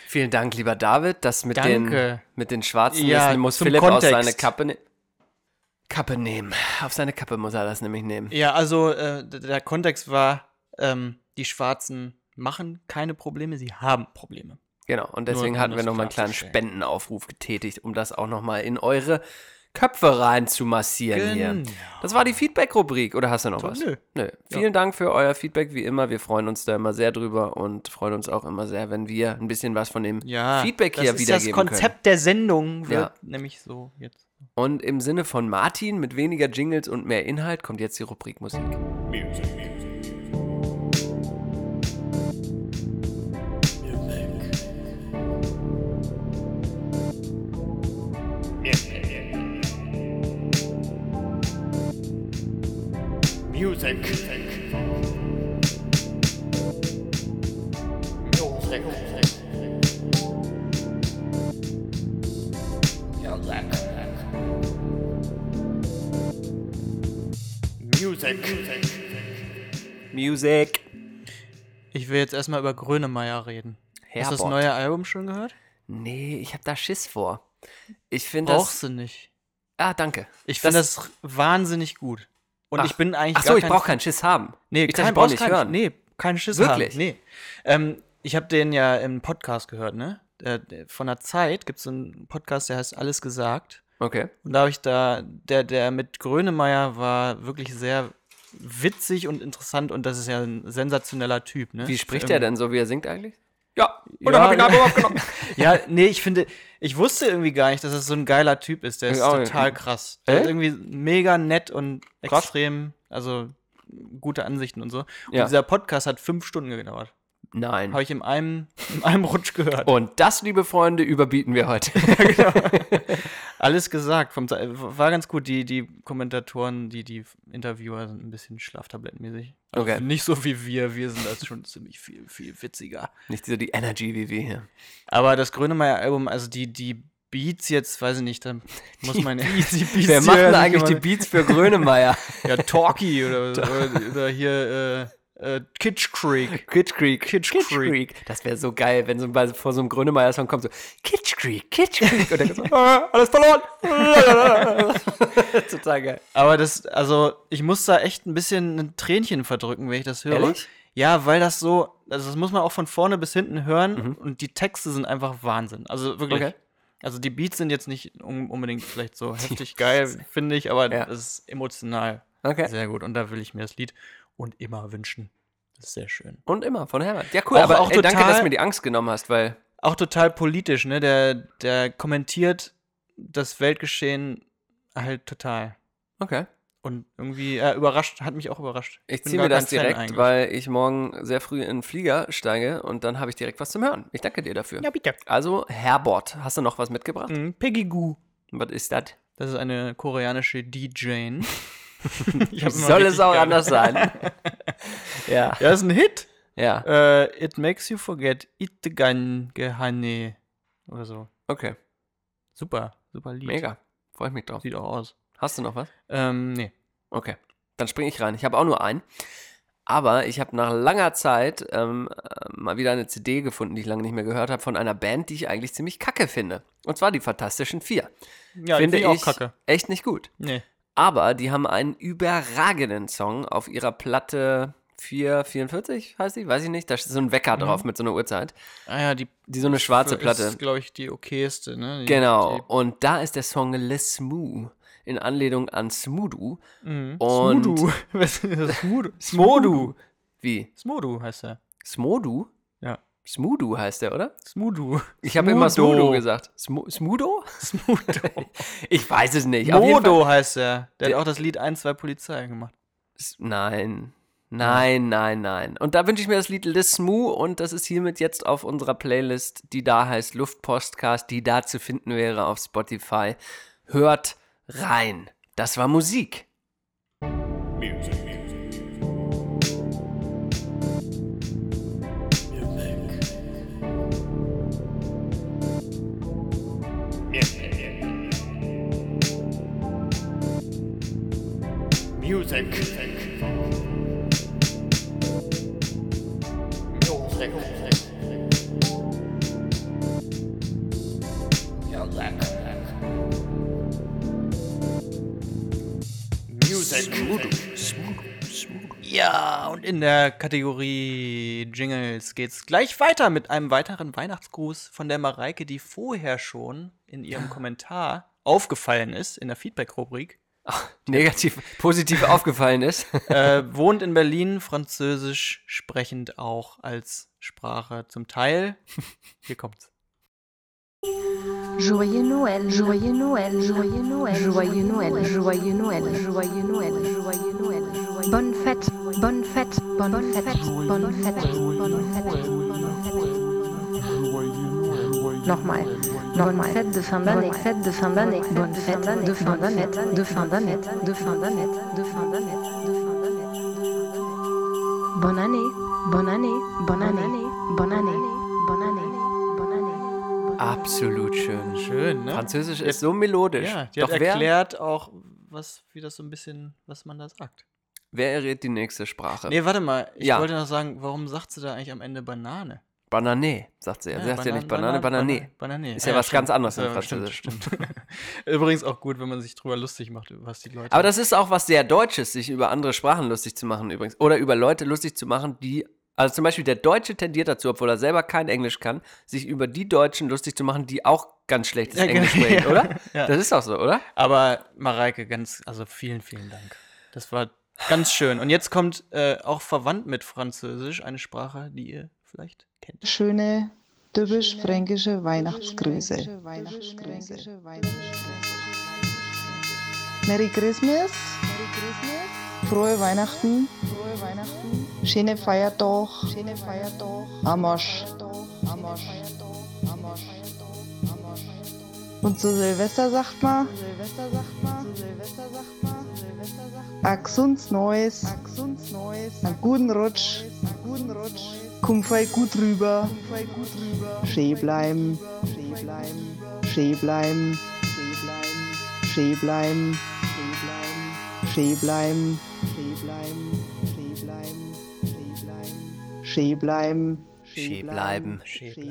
[SPEAKER 4] Vielen Dank, lieber David. Das mit, den,
[SPEAKER 3] Danke.
[SPEAKER 4] mit den schwarzen
[SPEAKER 3] Ja,
[SPEAKER 4] Nissen muss
[SPEAKER 3] zum
[SPEAKER 4] Philipp
[SPEAKER 3] Kontext.
[SPEAKER 4] aus seiner Kappe, ne Kappe nehmen. Auf seine Kappe muss er das nämlich nehmen.
[SPEAKER 3] Ja, also äh, d- der Kontext war, ähm, die Schwarzen machen keine Probleme, sie haben Probleme.
[SPEAKER 4] Genau, und deswegen
[SPEAKER 3] um
[SPEAKER 4] hatten wir
[SPEAKER 3] das
[SPEAKER 4] nochmal einen kleinen
[SPEAKER 3] klarzustellen.
[SPEAKER 4] Spendenaufruf getätigt, um das auch nochmal in eure Köpfe rein zu massieren
[SPEAKER 3] Genau.
[SPEAKER 4] hier. Das war die Feedback-Rubrik, oder hast du noch
[SPEAKER 3] Toll,
[SPEAKER 4] was?
[SPEAKER 3] nö.
[SPEAKER 4] Vielen Dank für euer Feedback, wie immer. Wir freuen uns da immer sehr drüber und freuen uns auch immer sehr, wenn wir ein bisschen was von dem Feedback hier
[SPEAKER 3] das ist das
[SPEAKER 4] wiedergeben
[SPEAKER 3] Konzept
[SPEAKER 4] können.
[SPEAKER 3] der Sendung wird
[SPEAKER 4] Ja.
[SPEAKER 3] nämlich so jetzt.
[SPEAKER 4] Und im Sinne von Martin, mit weniger Jingles und mehr Inhalt, kommt jetzt die Rubrik Musik.
[SPEAKER 1] Music. Music. Music.
[SPEAKER 4] Music.
[SPEAKER 3] Ich will jetzt erstmal über Grönemeyer reden. Hast du das
[SPEAKER 4] Herbert.
[SPEAKER 3] neue Album schon gehört?
[SPEAKER 4] Nee, ich hab da Schiss vor. Ich finde
[SPEAKER 3] Brauchst
[SPEAKER 4] das.
[SPEAKER 3] du nicht.
[SPEAKER 4] Ah, danke.
[SPEAKER 3] Ich finde das, wahnsinnig gut. Und
[SPEAKER 4] Ach.
[SPEAKER 3] ich bin eigentlich
[SPEAKER 4] Ach so,
[SPEAKER 3] gar
[SPEAKER 4] ich
[SPEAKER 3] kein-
[SPEAKER 4] brauche keinen Schiss haben.
[SPEAKER 3] Nee,
[SPEAKER 4] ich dachte,
[SPEAKER 3] kein,
[SPEAKER 4] ich brauch
[SPEAKER 3] brauchst
[SPEAKER 4] nicht
[SPEAKER 3] keinen-
[SPEAKER 4] hören.
[SPEAKER 3] Nee, keinen Schiss
[SPEAKER 4] Wirklich?
[SPEAKER 3] haben. Nee. Ähm, ich habe den ja im Podcast gehört, ne? Äh, der- Von der Zeit gibt es einen Podcast, der heißt Alles gesagt.
[SPEAKER 4] Okay.
[SPEAKER 3] Und da habe ich da, der, der mit Grönemeyer war wirklich sehr witzig und interessant und das ist ja ein sensationeller Typ, ne?
[SPEAKER 4] Wie spricht er
[SPEAKER 3] Ähm,
[SPEAKER 4] denn so, wie er singt eigentlich? Ja,
[SPEAKER 3] Ja, ja.
[SPEAKER 4] halt aufgenommen.
[SPEAKER 3] Ja, nee, ich finde, ich wusste irgendwie gar nicht, dass das so ein geiler Typ ist. Der
[SPEAKER 4] Ich
[SPEAKER 3] ist
[SPEAKER 4] auch nicht.
[SPEAKER 3] total krass.
[SPEAKER 4] Äh?
[SPEAKER 3] Der ist irgendwie mega nett und
[SPEAKER 4] Krass.
[SPEAKER 3] extrem, also gute Ansichten und so. Und
[SPEAKER 4] Ja.
[SPEAKER 3] dieser Podcast hat fünf Stunden gedauert.
[SPEAKER 4] Nein.
[SPEAKER 3] Habe ich in einem, in einem Rutsch gehört. genau.
[SPEAKER 4] Und das, liebe Freunde, überbieten wir heute.
[SPEAKER 3] Alles gesagt. Vom, Ze- war ganz gut. Die, die Kommentatoren, die, die Interviewer sind ein bisschen schlaftablettenmäßig. Also
[SPEAKER 4] Okay.
[SPEAKER 3] Nicht so wie wir. Wir sind das schon ziemlich viel, viel witziger.
[SPEAKER 4] Nicht so die Energy wie wir hier.
[SPEAKER 3] Aber das Grönemeyer-Album, also die, die Beats jetzt, weiß ich nicht, da muss man die Beats
[SPEAKER 4] Wer macht
[SPEAKER 3] hier
[SPEAKER 4] denn
[SPEAKER 3] nicht
[SPEAKER 4] eigentlich die
[SPEAKER 3] immer-
[SPEAKER 4] Beats für Grönemeyer?
[SPEAKER 3] Ja, Talkie oder, oder, oder hier äh, äh, Kitsch Creek.
[SPEAKER 4] Kitsch Creek.
[SPEAKER 3] Kitsch Creek.
[SPEAKER 4] Das wäre so geil, wenn so bei, vor so einem Grönemeyer-Song kommt so Kitsch Creek, Kitsch Creek. Und dann so, ah, alles verloren. Total geil.
[SPEAKER 3] Aber das, also ich muss da echt ein bisschen ein Tränchen verdrücken, wenn ich das höre.
[SPEAKER 4] Ehrlich?
[SPEAKER 3] Ja, weil das so, also das muss man auch von vorne bis hinten hören und die Texte sind einfach Wahnsinn. Also wirklich.
[SPEAKER 4] Mhm. Okay.
[SPEAKER 3] Also die Beats sind jetzt nicht un unbedingt vielleicht so heftig geil, finde ich, aber
[SPEAKER 4] Ja.
[SPEAKER 3] es ist emotional.
[SPEAKER 4] Okay.
[SPEAKER 3] Sehr gut. Und da will ich mir das Lied und immer wünschen. Das ist sehr schön.
[SPEAKER 4] Und immer, von Herbert. Ja, cool,
[SPEAKER 3] Auch-
[SPEAKER 4] aber
[SPEAKER 3] auch
[SPEAKER 4] ey, danke, dass
[SPEAKER 3] total-
[SPEAKER 4] du mir die Angst genommen hast, weil
[SPEAKER 3] Auch total politisch, ne? Der, der kommentiert das Weltgeschehen halt total.
[SPEAKER 4] Okay.
[SPEAKER 3] Und irgendwie äh, überrascht, hat mich auch überrascht.
[SPEAKER 4] ich
[SPEAKER 3] bin
[SPEAKER 4] ziehe
[SPEAKER 3] gar
[SPEAKER 4] mir das
[SPEAKER 3] kein Fan
[SPEAKER 4] direkt,
[SPEAKER 3] eigentlich.
[SPEAKER 4] weil ich morgen sehr früh in den Flieger steige und dann habe ich direkt was zum Hören. Ich danke dir dafür.
[SPEAKER 3] Ja, bitte.
[SPEAKER 4] Also, Herbert, hast du noch was mitgebracht?
[SPEAKER 3] Mhm, Peggy Goo.
[SPEAKER 4] Was ist das?
[SPEAKER 3] Das ist eine koreanische DJ.
[SPEAKER 4] Wie soll es auch anders sein?
[SPEAKER 3] ja.
[SPEAKER 4] Ja.
[SPEAKER 3] Das ist ein Hit.
[SPEAKER 4] Ja.
[SPEAKER 3] Äh, it makes you forget Itgan Gehane. Oder so.
[SPEAKER 4] Okay,
[SPEAKER 3] Super, super Lied.
[SPEAKER 4] mega. Freue ich mich drauf.
[SPEAKER 3] Sieht auch aus.
[SPEAKER 4] Hast du noch was?
[SPEAKER 3] Ähm, nee.
[SPEAKER 4] Okay, dann springe ich rein. Ich habe auch nur einen. Aber ich habe nach langer Zeit ähm, äh, mal wieder eine CD gefunden, die ich lange nicht mehr gehört habe, von einer Band, die ich eigentlich ziemlich kacke finde. Und zwar die Fantastischen Vier.
[SPEAKER 3] Ja, die finde
[SPEAKER 4] finde
[SPEAKER 3] ich auch kacke.
[SPEAKER 4] Echt nicht gut.
[SPEAKER 3] Nee.
[SPEAKER 4] Aber die haben einen überragenden Song auf ihrer Platte 444, heißt die? Weiß ich nicht. Da ist so ein Wecker drauf mit so einer Uhrzeit.
[SPEAKER 3] Mhm. Ah ja, die,
[SPEAKER 4] Die so eine schwarze Platte.
[SPEAKER 3] ist, glaube ich, die okayste, ne? Die,
[SPEAKER 4] Genau.
[SPEAKER 3] Die,
[SPEAKER 4] Und da ist der Song Les Smoo in Anlehnung an Smudu.
[SPEAKER 3] Mhm.
[SPEAKER 4] Und
[SPEAKER 3] Smudu. Was ist das? Smudu.
[SPEAKER 4] Smodu. Wie?
[SPEAKER 3] Smudu heißt er.
[SPEAKER 4] Smodu?
[SPEAKER 3] Ja.
[SPEAKER 4] Smudu heißt der, oder?
[SPEAKER 3] Smudu.
[SPEAKER 4] Ich habe immer
[SPEAKER 3] Smudo.
[SPEAKER 4] Smudo gesagt. Smu Smudo?
[SPEAKER 3] Smudo.
[SPEAKER 4] Ich weiß es nicht. Auf jeden Fall-
[SPEAKER 3] Modo heißt er. Der
[SPEAKER 4] Der-
[SPEAKER 3] hat auch das Lied 1, 2 Polizei gemacht.
[SPEAKER 4] S- Nein. Nein, nein, nein. Und da wünsche ich mir das Lied Les Smoo und das ist hiermit jetzt auf unserer Playlist, die da heißt Luftpostcast, die da zu finden wäre auf Spotify. Hört rein. Das war Musik.
[SPEAKER 1] Music. Music. Music. Music.
[SPEAKER 3] Ja, und in der Kategorie Jingles geht's gleich weiter mit einem weiteren Weihnachtsgruß von der Mareike, die vorher schon in ihrem Kommentar aufgefallen ist, in der Feedback-Rubrik.
[SPEAKER 4] Negativ, positiv aufgefallen ist.
[SPEAKER 3] äh, wohnt in Berlin, französisch sprechend auch als Sprache zum Teil. Hier kommt's.
[SPEAKER 5] Joyeux Noël, joyeux Noël, joyeux Noël, joyeux Noël, joyeux Noël, joyeux Noël, joyeux Noël. Bonne fête, bonne fête, bonne fête, bonne fête, bonne fête, bonne fête. Nochmal, nochmal. Fête de fin d'année, fête de fin d'année, bonne fête de fin d'année, de fin d'année, de fin d'année, de fin d'année, de fin d'année. Bonne année, bonne année, bonne année, bonne année, bonne année, bonne année.
[SPEAKER 4] Absolut schön.
[SPEAKER 3] Schön, ne?
[SPEAKER 4] Französisch ist so melodisch.
[SPEAKER 3] Ja, die
[SPEAKER 4] Doch
[SPEAKER 3] hat
[SPEAKER 4] wer,
[SPEAKER 3] erklärt auch, was, wie das so ein bisschen, was man da sagt.
[SPEAKER 4] wer errät die nächste Sprache?
[SPEAKER 3] Nee, warte mal, ich
[SPEAKER 4] Ja.
[SPEAKER 3] wollte noch sagen, warum sagt sie da eigentlich am Ende Banane?
[SPEAKER 4] Banane, sagt sie. Ja, sie sagt ja nicht Banane, Banane.
[SPEAKER 3] Banane.
[SPEAKER 4] Ist ja was ganz anderes
[SPEAKER 3] Ist
[SPEAKER 4] in
[SPEAKER 3] ja, stimmt,
[SPEAKER 4] Französisch.
[SPEAKER 3] Stimmt. Übrigens auch gut, wenn man sich drüber lustig macht, was die Leute.
[SPEAKER 4] Aber das ist auch was sehr Deutsches, sich über andere Sprachen lustig zu machen übrigens. Oder über Leute lustig zu machen, die. Also zum Beispiel der Deutsche tendiert dazu, obwohl er selber kein Englisch kann, sich über die Deutschen lustig zu machen, die auch ganz schlechtes
[SPEAKER 3] Ja,
[SPEAKER 4] Englisch
[SPEAKER 3] genau,
[SPEAKER 4] sprechen,
[SPEAKER 3] ja.
[SPEAKER 4] oder?
[SPEAKER 3] Ja.
[SPEAKER 4] Das ist auch so, oder?
[SPEAKER 3] Aber Mareike, ganz, also vielen, vielen Dank. Das war ganz schön. Und jetzt kommt äh, auch verwandt mit Französisch eine Sprache, die ihr vielleicht kennt.
[SPEAKER 12] Schöne typisch fränkische Weihnachtsgrüße. Merry Christmas. Frohe Weihnachten. Schöne Feiertag. Amosch. Und zu Silvester sagt man, Axuns Neues, einen guten Rutsch, komm voll gut rüber, schön bleiben, schön bleiben, schön bleiben, schön bleiben, schön bleiben,
[SPEAKER 4] Schee bleiben.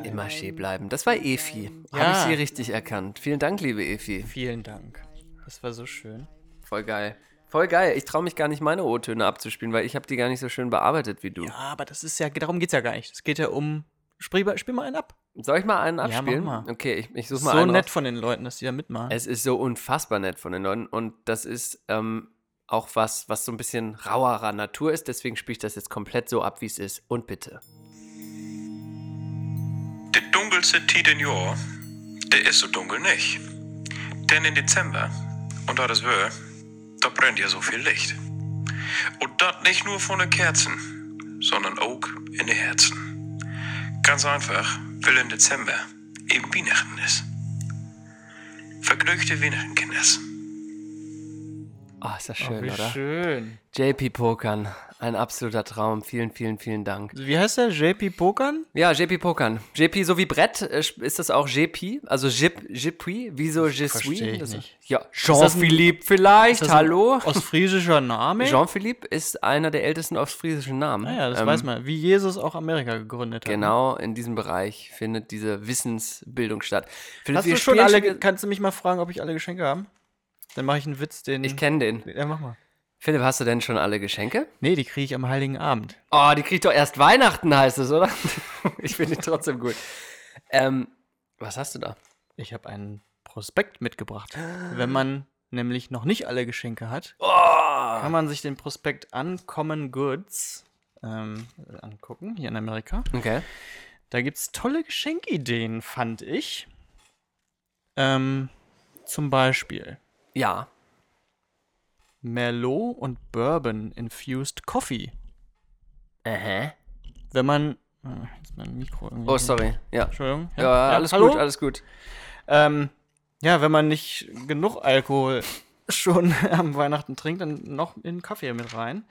[SPEAKER 4] Immer schee bleiben. Das war Efi. Habe ich
[SPEAKER 3] Ja.
[SPEAKER 4] sie richtig erkannt. Vielen Dank, liebe Efi.
[SPEAKER 3] Vielen Dank. Das war so schön.
[SPEAKER 4] Voll geil. Voll geil. Ich traue mich gar nicht, meine O-Töne abzuspielen, weil ich habe die gar nicht so schön bearbeitet wie du.
[SPEAKER 3] Ja, aber das ist ja, darum geht's ja gar nicht. Es geht ja um, spiel, mal- spiel mal einen ab.
[SPEAKER 4] Soll ich mal einen
[SPEAKER 3] mach
[SPEAKER 4] abspielen?
[SPEAKER 3] mal.
[SPEAKER 4] Okay, ich, ich suche
[SPEAKER 3] So
[SPEAKER 4] mal einen
[SPEAKER 3] nett
[SPEAKER 4] raus.
[SPEAKER 3] von den Leuten, dass die da mitmachen.
[SPEAKER 4] Es ist so unfassbar nett von den Leuten und das ist ähm, auch was, was so ein bisschen rauerer Natur ist. Deswegen spiele ich das jetzt komplett so ab, wie es ist. Und bitte.
[SPEAKER 13] Der dunkelste Tiet in Jahr, der ist so dunkel nicht. Denn im Dezember, und das ist wär, da brennt ja so viel Licht. Und das nicht nur von den Kerzen, sondern auch in den Herzen. Ganz einfach, weil im Dezember eben Weihnachten ist. Vergnügte Weihnachten, Kinders.
[SPEAKER 4] Ah, ist das
[SPEAKER 3] Oh,
[SPEAKER 4] schön,
[SPEAKER 3] wie
[SPEAKER 4] oder?
[SPEAKER 3] schön.
[SPEAKER 4] JP Pokern, ein absoluter Traum. Vielen, vielen, vielen Dank.
[SPEAKER 3] Wie heißt der? JP Pokern?
[SPEAKER 4] Ja, JP Pokern. JP, so wie Brett, äh, ist das auch JP? Also JP, JP, wieso Je suis?
[SPEAKER 3] Verstehe ich
[SPEAKER 4] Das-
[SPEAKER 3] nicht.
[SPEAKER 4] Ja,
[SPEAKER 3] Ist das ein-
[SPEAKER 4] Jean-Philippe
[SPEAKER 3] ist
[SPEAKER 4] vielleicht,
[SPEAKER 3] das ein
[SPEAKER 4] hallo?
[SPEAKER 3] Ostfriesischer Name?
[SPEAKER 4] Jean-Philippe ist einer der ältesten ostfriesischen Namen. Ähm,
[SPEAKER 3] Naja, das weiß man. Wie Jesus auch Amerika gegründet hat. ne?
[SPEAKER 4] Genau, in diesem Bereich findet diese Wissensbildung statt. Philipp,
[SPEAKER 3] Hast
[SPEAKER 4] wir
[SPEAKER 3] du schon
[SPEAKER 4] spielen
[SPEAKER 3] alle,
[SPEAKER 4] schon-
[SPEAKER 3] ge- kannst du mich mal fragen, ob ich alle Geschenke habe? Dann mache ich einen Witz, den. Ich
[SPEAKER 4] kenne den.
[SPEAKER 3] Ja, mach mal.
[SPEAKER 4] Philipp, hast du denn schon alle Geschenke?
[SPEAKER 3] Nee, die kriege ich am Heiligen Abend.
[SPEAKER 4] Oh, die kriegt doch erst Weihnachten, heißt es, oder? ich finde ihn trotzdem gut. Ähm, was hast du da?
[SPEAKER 3] Ich habe einen Prospekt mitgebracht. Wenn man nämlich noch nicht alle Geschenke hat,
[SPEAKER 4] Oh!
[SPEAKER 3] kann man sich den Prospekt Uncommon Goods ähm, angucken, hier in Amerika.
[SPEAKER 4] Okay.
[SPEAKER 3] Da gibt es tolle Geschenkideen, fand ich. Ähm, zum Beispiel.
[SPEAKER 4] Ja.
[SPEAKER 3] Merlot und Bourbon Infused Coffee.
[SPEAKER 4] Aha.
[SPEAKER 3] Wenn man. ah, Jetzt mein Mikro irgendwie.
[SPEAKER 4] Oh, sorry. Ja.
[SPEAKER 3] Entschuldigung.
[SPEAKER 4] Ja, alles gut, alles gut.
[SPEAKER 3] Ähm, ja, wenn man nicht genug Alkohol schon am Weihnachten trinkt, dann noch in den Kaffee mit rein.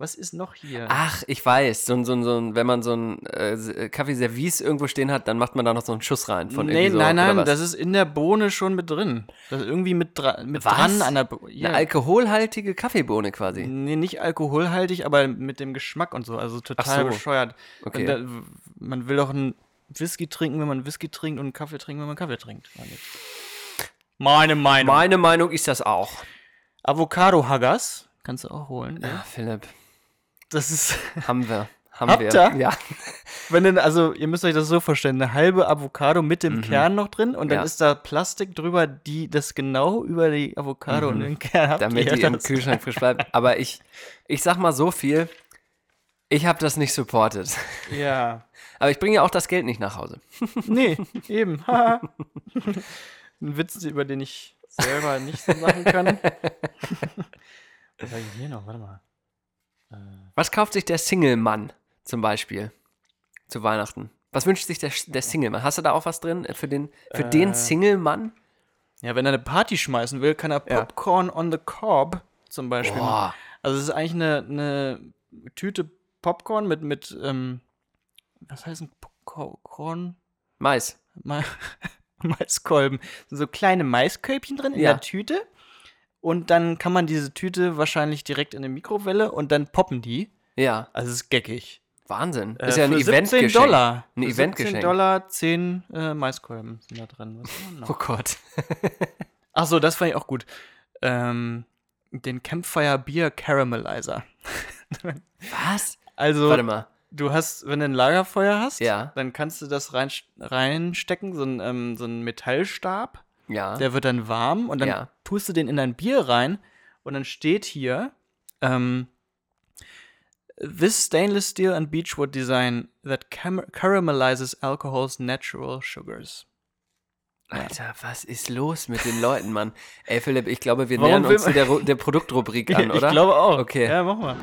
[SPEAKER 3] Was ist noch hier?
[SPEAKER 4] Ach, ich weiß, so ein, so ein, so ein, wenn man so ein äh, Kaffeeservice irgendwo stehen hat, dann macht man da noch so einen Schuss rein von
[SPEAKER 3] nee,
[SPEAKER 4] irgendwie so,
[SPEAKER 3] nein,
[SPEAKER 4] oder
[SPEAKER 3] nein,
[SPEAKER 4] was?
[SPEAKER 3] das ist in der Bohne schon mit drin. Das ist irgendwie mit, dra mit
[SPEAKER 4] Was?
[SPEAKER 3] dran an der Bo-
[SPEAKER 4] Eine
[SPEAKER 3] ja.
[SPEAKER 4] alkoholhaltige Kaffeebohne quasi.
[SPEAKER 3] Nee, nicht alkoholhaltig, aber mit dem Geschmack und so. Also total
[SPEAKER 4] so.
[SPEAKER 3] bescheuert.
[SPEAKER 4] Okay.
[SPEAKER 3] Und Da, man will auch einen Whisky trinken, wenn man Whisky trinkt und einen Kaffee trinken, wenn man Kaffee trinkt. Meine Meinung.
[SPEAKER 4] Meine Meinung ist das auch.
[SPEAKER 3] Avocado-Haggers kannst du auch holen. ne?
[SPEAKER 4] Ah, Philipp.
[SPEAKER 3] Das ist.
[SPEAKER 4] Haben wir. Haben
[SPEAKER 3] Habt
[SPEAKER 4] wir.
[SPEAKER 3] ihr?
[SPEAKER 4] Ja.
[SPEAKER 3] Wenn denn, also, ihr müsst euch das so vorstellen: eine halbe Avocado mit dem
[SPEAKER 4] Mhm.
[SPEAKER 3] Kern noch drin und dann
[SPEAKER 4] Ja.
[SPEAKER 3] ist da Plastik drüber, die das genau über die Avocado und
[SPEAKER 4] Mhm.
[SPEAKER 3] den Kern habt.
[SPEAKER 4] Damit
[SPEAKER 3] ihr
[SPEAKER 4] die im
[SPEAKER 3] das.
[SPEAKER 4] Kühlschrank frisch bleibt. Aber ich, ich sag mal so viel, ich habe das nicht supportet.
[SPEAKER 3] Ja.
[SPEAKER 4] Aber ich bringe ja auch das Geld nicht nach Hause.
[SPEAKER 3] Nee, eben. Haha. Ein Witz, über den ich selber nicht so lachen kann. Was habe ich hier noch? Warte mal.
[SPEAKER 4] Was kauft sich der Single-Mann zum Beispiel zu Weihnachten? Was wünscht sich der, der Single-Mann? Hast du da auch was drin äh, für den, für
[SPEAKER 3] Äh.
[SPEAKER 4] den Single-Mann?
[SPEAKER 3] Ja, wenn er eine Party schmeißen will, kann er Popcorn on the Cob zum Beispiel
[SPEAKER 4] Boah.
[SPEAKER 3] machen. Also es ist eigentlich eine, eine Tüte Popcorn mit, mit ähm, was heißt ein Popcorn?
[SPEAKER 4] Mais.
[SPEAKER 3] Ma Maiskolben. Sind So kleine Maiskölbchen drin in
[SPEAKER 4] Ja.
[SPEAKER 3] der Tüte. Und dann kann man diese Tüte wahrscheinlich direkt in eine Mikrowelle und dann poppen die.
[SPEAKER 4] Ja.
[SPEAKER 3] Also es ist geckig.
[SPEAKER 4] Wahnsinn.
[SPEAKER 3] Äh,
[SPEAKER 4] ist ja ein
[SPEAKER 3] für 17
[SPEAKER 4] Eventgeschenk.
[SPEAKER 3] Dollar.
[SPEAKER 4] Ein
[SPEAKER 3] Für
[SPEAKER 4] Eventgeschenk.
[SPEAKER 3] 17 Dollar, 10 äh, Maiskolben sind da drin. Was haben wir noch?
[SPEAKER 4] Oh Gott.
[SPEAKER 3] Ach so, das fand ich auch gut. Ähm, den Campfire Beer Caramelizer.
[SPEAKER 4] Was?
[SPEAKER 3] Also,
[SPEAKER 4] Warte mal.
[SPEAKER 3] du hast, wenn du ein Lagerfeuer hast,
[SPEAKER 4] Ja.
[SPEAKER 3] dann kannst du das rein, reinstecken, so ein, ähm, so ein Metallstab.
[SPEAKER 4] Ja.
[SPEAKER 3] Der wird dann warm und dann
[SPEAKER 4] Ja.
[SPEAKER 3] tust du den in dein Bier rein und dann steht hier, ähm, This stainless steel and beechwood design that cam caramelizes alcohol's natural sugars.
[SPEAKER 4] Alter, was ist los mit den Leuten, Mann? Ey, Philipp, ich glaube, wir
[SPEAKER 3] Warum
[SPEAKER 4] nähern
[SPEAKER 3] will
[SPEAKER 4] uns
[SPEAKER 3] man-
[SPEAKER 4] der, Ru- der Produktrubrik an,
[SPEAKER 3] Ich
[SPEAKER 4] oder?
[SPEAKER 3] glaube auch.
[SPEAKER 4] Okay. Mhm.
[SPEAKER 3] Ja, mach mal.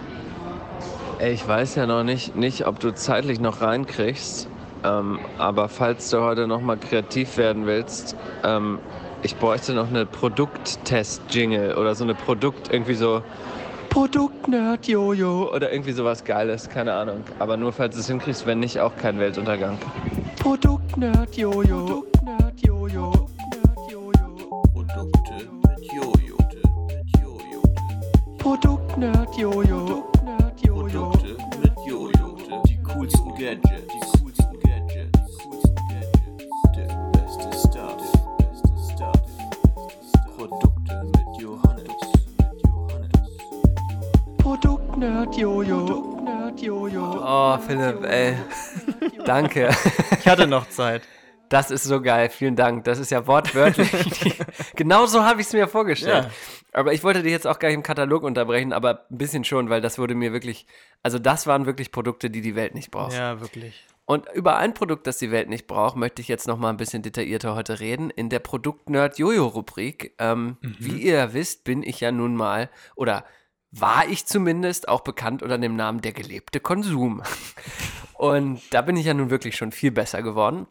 [SPEAKER 14] Ey, Ich weiß ja noch nicht, nicht ob du zeitlich noch reinkriegst, ähm, aber falls du heute noch mal kreativ werden willst, ähm, ich bräuchte noch eine Produkttest-Jingle oder so eine Produkt, irgendwie so Produkt-Nerd-Jojo oder irgendwie sowas Geiles, keine Ahnung. Aber nur falls du es hinkriegst, wenn nicht, auch kein Weltuntergang.
[SPEAKER 15] Produktnerd Jojo. Produktnerd Jojo.
[SPEAKER 1] Produkte mit Jojo.
[SPEAKER 15] Produktnerd Jojo. Produktnerd Jojo.
[SPEAKER 1] Produkte mit Jojo. Die coolsten Gadgets. Die coolsten Gadgets. Coolsten Gadgets. Der beste Stuff. Beste Stuff. Produkte mit Johannes.
[SPEAKER 15] Produktnerd Jojo. Produktnerd Jojo.
[SPEAKER 4] Oh, Philipp, ey. Danke.
[SPEAKER 3] Ich hatte noch Zeit.
[SPEAKER 4] Das ist so geil, vielen Dank. Das ist ja wortwörtlich. die- genau so habe ich es mir vorgestellt.
[SPEAKER 3] Ja.
[SPEAKER 4] Aber ich wollte dich jetzt auch gleich im Katalog unterbrechen, aber ein bisschen schon, weil das wurde mir wirklich, also das waren wirklich Produkte, die die Welt nicht braucht.
[SPEAKER 3] Ja, wirklich.
[SPEAKER 4] Und über ein Produkt, das die Welt nicht braucht, möchte ich jetzt nochmal ein bisschen detaillierter heute reden. In der Produkt-Nerd-Jojo-Rubrik. Ähm,
[SPEAKER 3] Mhm.
[SPEAKER 4] Wie ihr ja wisst, bin ich ja nun mal, oder war ich zumindest auch bekannt unter dem Namen der gelebte Konsum. Und da bin ich ja nun wirklich schon viel besser geworden.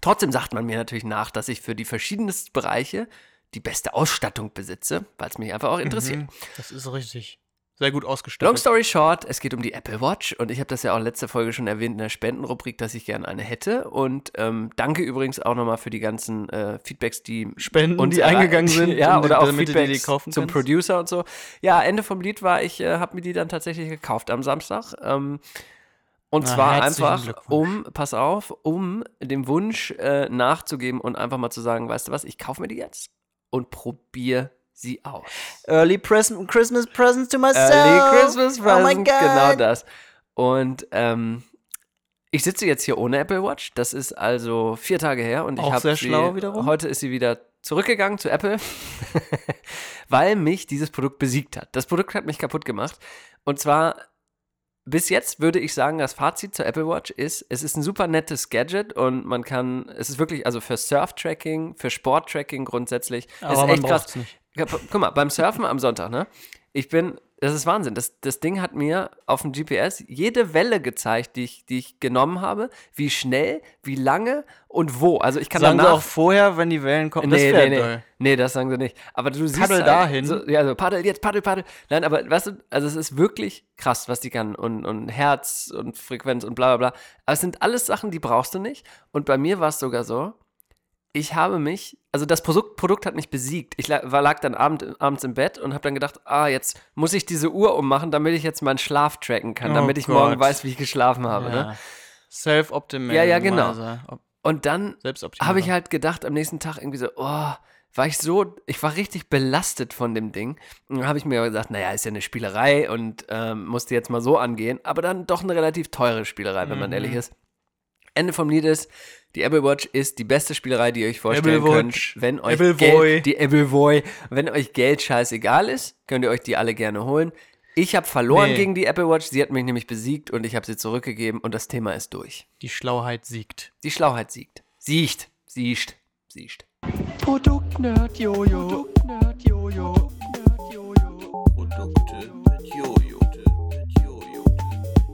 [SPEAKER 4] Trotzdem sagt man mir natürlich nach, dass ich für die verschiedensten Bereiche die beste Ausstattung besitze, weil es mich einfach auch interessiert.
[SPEAKER 3] Mhm, Das ist richtig. Sehr gut ausgestattet.
[SPEAKER 4] Long story short, es geht um die Apple Watch und ich habe das ja auch letzte Folge schon erwähnt in der Spendenrubrik, dass ich gerne eine hätte. Und ähm, danke übrigens auch nochmal für die ganzen äh, Feedbacks, die
[SPEAKER 3] Spenden,
[SPEAKER 4] uns
[SPEAKER 3] die
[SPEAKER 4] errei-
[SPEAKER 3] eingegangen sind,
[SPEAKER 4] Ja,
[SPEAKER 3] um-
[SPEAKER 4] oder auch
[SPEAKER 3] damit du dir die
[SPEAKER 4] Feedbacks
[SPEAKER 3] kaufen
[SPEAKER 4] zum
[SPEAKER 3] kannst.
[SPEAKER 4] Producer und so. Ja, Ende vom Lied war, ich äh, habe mir die dann tatsächlich gekauft am Samstag. Ähm, und
[SPEAKER 3] Na,
[SPEAKER 4] zwar
[SPEAKER 3] herzlichen
[SPEAKER 4] einfach,
[SPEAKER 3] Glückwunsch.
[SPEAKER 4] um, pass auf, um dem Wunsch äh, nachzugeben und einfach mal zu sagen, weißt du was, ich kaufe mir die jetzt und probiere sie aus.
[SPEAKER 2] Early present Christmas presents to myself.
[SPEAKER 4] Early Christmas
[SPEAKER 2] Oh my
[SPEAKER 4] Present,
[SPEAKER 2] God.
[SPEAKER 4] genau das. Und ähm, ich sitze jetzt hier ohne Apple Watch. Das ist also vier Tage her und ich
[SPEAKER 3] Auch
[SPEAKER 4] habe
[SPEAKER 3] sehr
[SPEAKER 4] sie-
[SPEAKER 3] schlau wiederum.
[SPEAKER 4] Heute ist sie wieder zurückgegangen zu Apple, weil mich dieses Produkt besiegt hat. Das Produkt hat mich kaputt gemacht. Und zwar bis jetzt würde ich sagen, das Fazit zur Apple Watch ist, es ist ein super nettes Gadget und man kann, es ist wirklich, also für Surf-Tracking, für Sport-Tracking grundsätzlich. es
[SPEAKER 3] Aber
[SPEAKER 4] ist
[SPEAKER 3] man
[SPEAKER 4] echt
[SPEAKER 3] braucht's nicht.
[SPEAKER 4] Gu- Guck mal, beim Surfen am Sonntag, ne? Ich bin, das ist Wahnsinn. Das, das Ding hat mir auf dem GPS jede Welle gezeigt, die ich, die ich genommen habe, wie schnell, wie lange und wo. Also ich kann
[SPEAKER 3] Sagen sie
[SPEAKER 4] danach
[SPEAKER 3] auch vorher, wenn die Wellen kommen,
[SPEAKER 4] nee,
[SPEAKER 3] das fährt
[SPEAKER 4] nee, nee.
[SPEAKER 3] doll.
[SPEAKER 4] nee, das sagen sie nicht. Aber du siehst
[SPEAKER 3] Paddel
[SPEAKER 4] halt,
[SPEAKER 3] dahin.
[SPEAKER 4] So, ja, so paddel jetzt, paddel, paddel. Nein, aber weißt du, also es ist wirklich krass, was die kann und, und Herz und Frequenz und bla bla bla. Aber es sind alles Sachen, die brauchst du nicht. Und bei mir war es sogar so, ich habe mich, also das Produkt, Produkt hat mich besiegt. Ich la- war, lag dann abend, abends im Bett und habe dann gedacht, ah, jetzt muss ich diese Uhr ummachen, damit ich jetzt meinen Schlaf tracken kann,
[SPEAKER 3] Oh
[SPEAKER 4] damit ich
[SPEAKER 3] Gott.
[SPEAKER 4] morgen weiß, wie ich geschlafen habe.
[SPEAKER 3] Ja.
[SPEAKER 4] Ne?
[SPEAKER 3] Self-Optimization.
[SPEAKER 4] Ja, ja, genau.
[SPEAKER 3] also, Ob-
[SPEAKER 4] Und dann
[SPEAKER 3] Selbstoptimierer.
[SPEAKER 4] habe ich halt gedacht am nächsten Tag irgendwie so, oh, war ich so, ich war richtig belastet von dem Ding. Und dann habe ich mir gesagt, naja, ist ja eine Spielerei und ähm, musste jetzt mal so angehen. Aber dann doch eine relativ teure Spielerei, wenn man
[SPEAKER 3] Mhm.
[SPEAKER 4] ehrlich ist. Ende vom Lied ist, die Apple Watch ist die beste Spielerei, die ihr euch vorstellen
[SPEAKER 3] Apple
[SPEAKER 4] könnt.
[SPEAKER 3] Watch.
[SPEAKER 4] Wenn euch
[SPEAKER 3] Apple Boy.
[SPEAKER 4] Geld, die Apple Boy, wenn euch Geld scheißegal ist, könnt ihr euch die alle gerne holen. Ich habe verloren
[SPEAKER 3] Nee.
[SPEAKER 4] gegen die Apple Watch, sie hat mich nämlich besiegt und ich habe sie zurückgegeben und das Thema ist durch.
[SPEAKER 3] Die Schlauheit siegt.
[SPEAKER 4] Die Schlauheit siegt. Siecht, siecht, siecht.
[SPEAKER 15] Produktnerd Jojo. Produktnerd Jojo.
[SPEAKER 1] Produkte mit Jojo. Mit Jojo.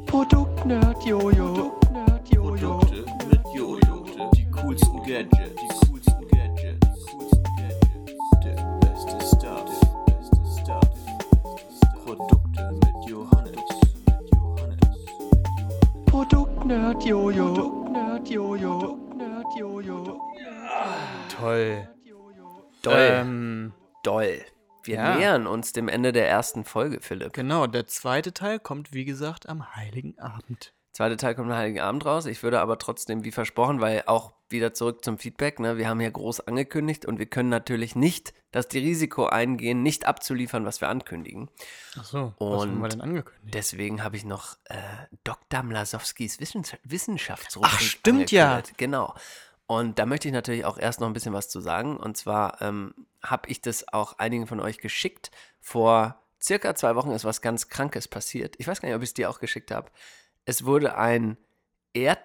[SPEAKER 15] Produktnerd Jojo.
[SPEAKER 1] Produkte mit Jojo. Die coolsten Gadgets. Die coolsten Gadgets. Die coolsten Gadgets. Der beste Start. Der beste Start. Produkte mit Johannes. Mit Johannes.
[SPEAKER 15] Produktnerd Jojo. Produktnerd Jojo. Produktnerd Jojo.
[SPEAKER 3] Toll.
[SPEAKER 4] Doll.
[SPEAKER 3] Ähm,
[SPEAKER 4] Doll. Wir
[SPEAKER 3] ja.
[SPEAKER 4] nähern uns dem Ende der ersten Folge, Philipp.
[SPEAKER 3] Genau, der zweite Teil kommt, wie gesagt, am Heiligen Abend.
[SPEAKER 4] Zweiter Teil kommt am Heiligen Abend raus. Ich würde aber trotzdem, wie versprochen, weil auch wieder zurück zum Feedback, ne, wir haben hier groß angekündigt und wir können natürlich nicht das die Risiko eingehen, nicht abzuliefern, was wir ankündigen.
[SPEAKER 3] Ach so, Oh, was haben wir
[SPEAKER 4] Und
[SPEAKER 3] denn angekündigt?
[SPEAKER 4] deswegen habe ich noch äh, Dr. Mlasowskis Wissens Wissenschaftsrubrik
[SPEAKER 3] Ach, stimmt ja.
[SPEAKER 4] angekündigt. Genau. Und da möchte ich natürlich auch erst noch ein bisschen was zu sagen. Und zwar ähm, habe ich das auch einigen von euch geschickt. Vor circa zwei Wochen ist was ganz Krankes passiert. Ich weiß gar nicht, ob ich es dir auch geschickt habe. Es wurde ein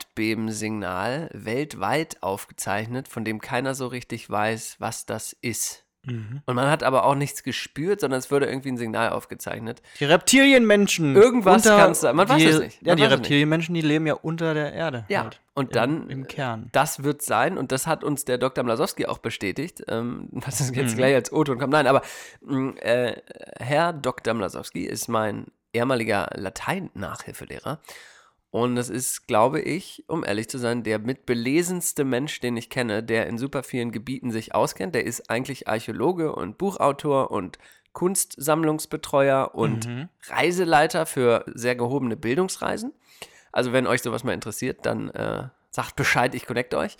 [SPEAKER 4] Erdbebensignal weltweit aufgezeichnet, von dem keiner so richtig weiß, was das ist.
[SPEAKER 3] Mhm.
[SPEAKER 4] Und man hat aber auch nichts gespürt, sondern es wurde irgendwie ein Signal aufgezeichnet.
[SPEAKER 3] Die Reptilienmenschen.
[SPEAKER 4] Irgendwas
[SPEAKER 3] unter-
[SPEAKER 4] kann's sein, man weiß
[SPEAKER 3] die,
[SPEAKER 4] es nicht,
[SPEAKER 3] Ja,
[SPEAKER 4] man
[SPEAKER 3] die
[SPEAKER 4] weiß es
[SPEAKER 3] Reptilienmenschen, die leben ja unter der Erde.
[SPEAKER 4] Ja,
[SPEAKER 3] halt.
[SPEAKER 4] und
[SPEAKER 3] Im-
[SPEAKER 4] dann-
[SPEAKER 3] Im Kern.
[SPEAKER 4] Das wird sein und das hat uns der Dr. Mlasowski auch bestätigt. Ähm, das ist jetzt
[SPEAKER 3] Mhm.
[SPEAKER 4] gleich als O-Ton kommt. Nein, aber mh, äh, Herr Dr. Mlasowski ist mein ehemaliger Latein-Nachhilfelehrer. Und das ist, glaube ich, um ehrlich zu sein, der mitbelesenste Mensch, den ich kenne, der in super vielen Gebieten sich auskennt. Der ist eigentlich Archäologe und Buchautor und Kunstsammlungsbetreuer und
[SPEAKER 3] Mhm.
[SPEAKER 4] Reiseleiter für sehr gehobene Bildungsreisen. Also wenn euch sowas mal interessiert, dann äh, sagt Bescheid, ich connecte euch.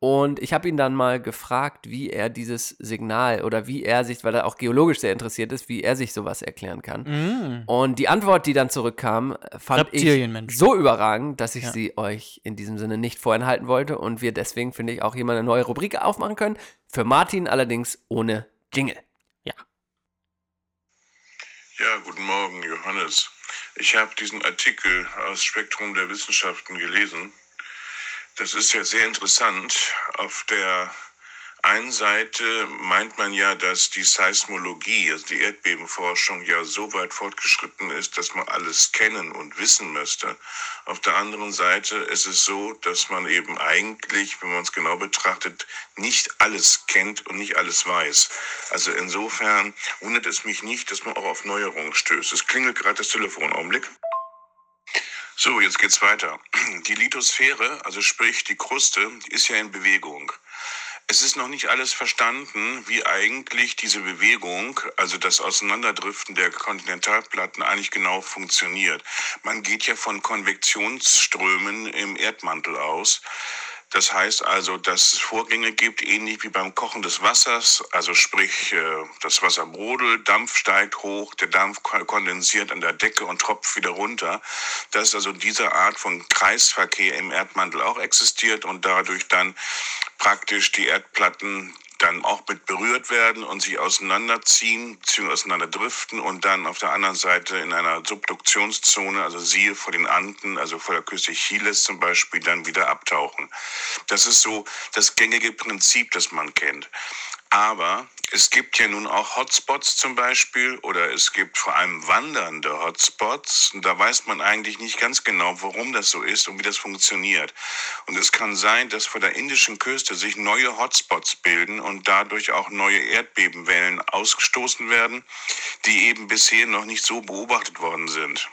[SPEAKER 4] Und ich habe ihn dann mal gefragt, wie er dieses Signal oder wie er sich, weil er auch geologisch sehr interessiert ist, wie er sich sowas erklären kann.
[SPEAKER 3] Mm.
[SPEAKER 4] Und die Antwort, die dann zurückkam, fand ich
[SPEAKER 3] Reptilienmensch.
[SPEAKER 4] so überragend, dass ich
[SPEAKER 3] Ja.
[SPEAKER 4] sie euch in diesem Sinne nicht vorenthalten wollte und wir deswegen, finde ich, auch hier mal eine neue Rubrik aufmachen können. Für Martin allerdings ohne Jingle.
[SPEAKER 16] Ja, guten Morgen, Johannes. Ich habe diesen Artikel aus Spektrum der Wissenschaften gelesen. Das ist ja sehr interessant. Auf der einen Seite meint man ja, dass die Seismologie, also die Erdbebenforschung, ja so weit fortgeschritten ist, dass man alles kennen und wissen müsste. Auf der anderen Seite ist es so, dass man eben eigentlich, wenn man es genau betrachtet, nicht alles kennt und nicht alles weiß. Also insofern wundert es mich nicht, dass man auch auf Neuerungen stößt. Es klingelt gerade das Telefon. Augenblick. So, jetzt geht's weiter. Die Lithosphäre, also sprich die Kruste, die ist ja in Bewegung. Es ist noch nicht alles verstanden, wie eigentlich diese Bewegung, also das Auseinanderdriften der Kontinentalplatten eigentlich genau funktioniert. Man geht ja von Konvektionsströmen im Erdmantel aus. Das heißt also, dass es Vorgänge gibt, ähnlich wie beim Kochen des Wassers, also sprich, äh, das Wasser brodelt, Dampf steigt hoch, der Dampf ko- kondensiert an der Decke und tropft wieder runter, dass also diese Art von Kreisverkehr im Erdmantel auch existiert und dadurch dann praktisch die Erdplatten dann auch mit berührt werden und sich auseinanderziehen, beziehungsweise auseinanderdriften und dann auf der anderen Seite in einer Subduktionszone, also siehe vor den Anden, also vor der Küste Chiles zum Beispiel, dann wieder abtauchen. Das ist so das gängige Prinzip, das man kennt. Aber es gibt ja nun auch Hotspots zum Beispiel oder es gibt vor allem wandernde Hotspots. Und da weiß man eigentlich nicht ganz genau, warum das so ist und wie das funktioniert. Und es kann sein, dass vor der indischen Küste sich neue Hotspots bilden und dadurch auch neue Erdbebenwellen ausgestoßen werden, die eben bisher noch nicht so beobachtet worden sind.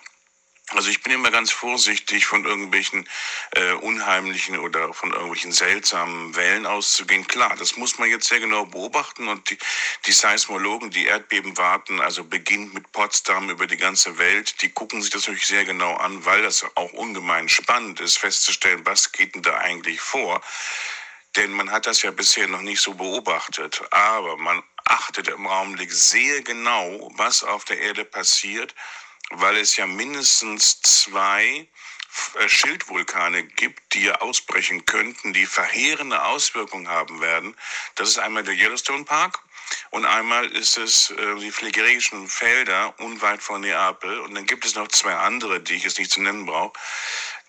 [SPEAKER 16] Also ich bin immer ganz vorsichtig, von irgendwelchen äh, unheimlichen oder von irgendwelchen seltsamen Wellen auszugehen. Klar, das muss man jetzt sehr genau beobachten und die, die Seismologen, die Erdbeben warten, also beginnt mit Potsdam über die ganze Welt, die gucken sich das natürlich sehr genau an, weil das auch ungemein spannend ist, festzustellen, was geht denn da eigentlich vor. Denn man hat das ja bisher noch nicht so beobachtet. Aber man achtet im Augenblick sehr genau, was auf der Erde passiert, weil es ja mindestens zwei äh, Schildvulkane gibt, die ja ausbrechen könnten, die verheerende Auswirkungen haben werden. Das ist einmal der Yellowstone Park und einmal ist es äh, die Phlegerischen Felder unweit von Neapel. Und dann gibt es noch zwei andere, die ich jetzt nicht zu nennen brauche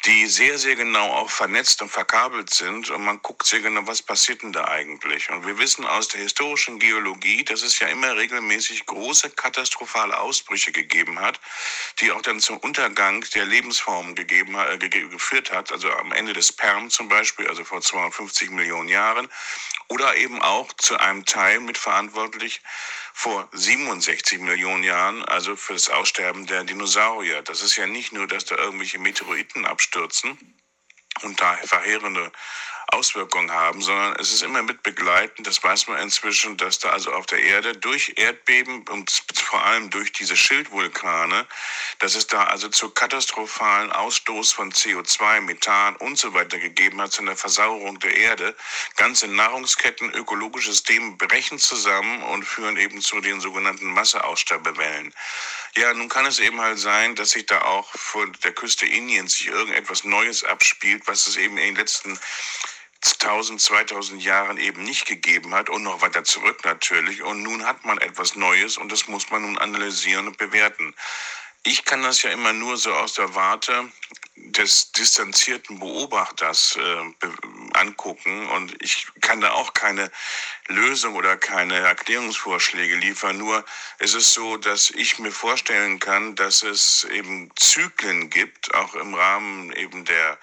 [SPEAKER 16] die sehr, sehr genau auch vernetzt und verkabelt sind. Und man guckt sehr genau, was passiert denn da eigentlich. Und wir wissen aus der historischen Geologie, dass es ja immer regelmäßig große katastrophale Ausbrüche gegeben hat, die auch dann zum Untergang der Lebensformen gegeben, äh, ge- geführt hat. Also am Ende des Perm zum Beispiel, also vor 250 Millionen Jahren. Oder eben auch zu einem Teil mitverantwortlich vor 67 Millionen Jahren, also für das Aussterben der Dinosaurier. Das ist ja nicht nur, dass da irgendwelche Meteoriten abstürzen und da verheerende Auswirkungen haben, sondern es ist immer mit begleitend, das weiß man inzwischen, dass da also auf der Erde durch Erdbeben und z- vor allem durch diese Schildvulkane, dass es da also zu katastrophalen Ausstoß von CO2, Methan und so weiter gegeben hat, zu einer Versauerung der Erde. Ganze Nahrungsketten, ökologische Systeme brechen zusammen und führen eben zu den sogenannten Masseaussterbewellen. Ja, nun kann es eben halt sein, dass sich da auch vor der Küste Indiens sich irgendetwas Neues abspielt, was es eben in den letzten 1000, 2000 Jahren eben nicht gegeben hat und noch weiter zurück natürlich. Und nun hat man etwas Neues und das muss man nun analysieren und bewerten. Ich kann das ja immer nur so aus der Warte des distanzierten Beobachters äh, be angucken und ich kann da auch keine Lösung oder keine Erklärungsvorschläge liefern. Nur ist es so, dass ich mir vorstellen kann, dass es eben Zyklen gibt, auch im Rahmen eben der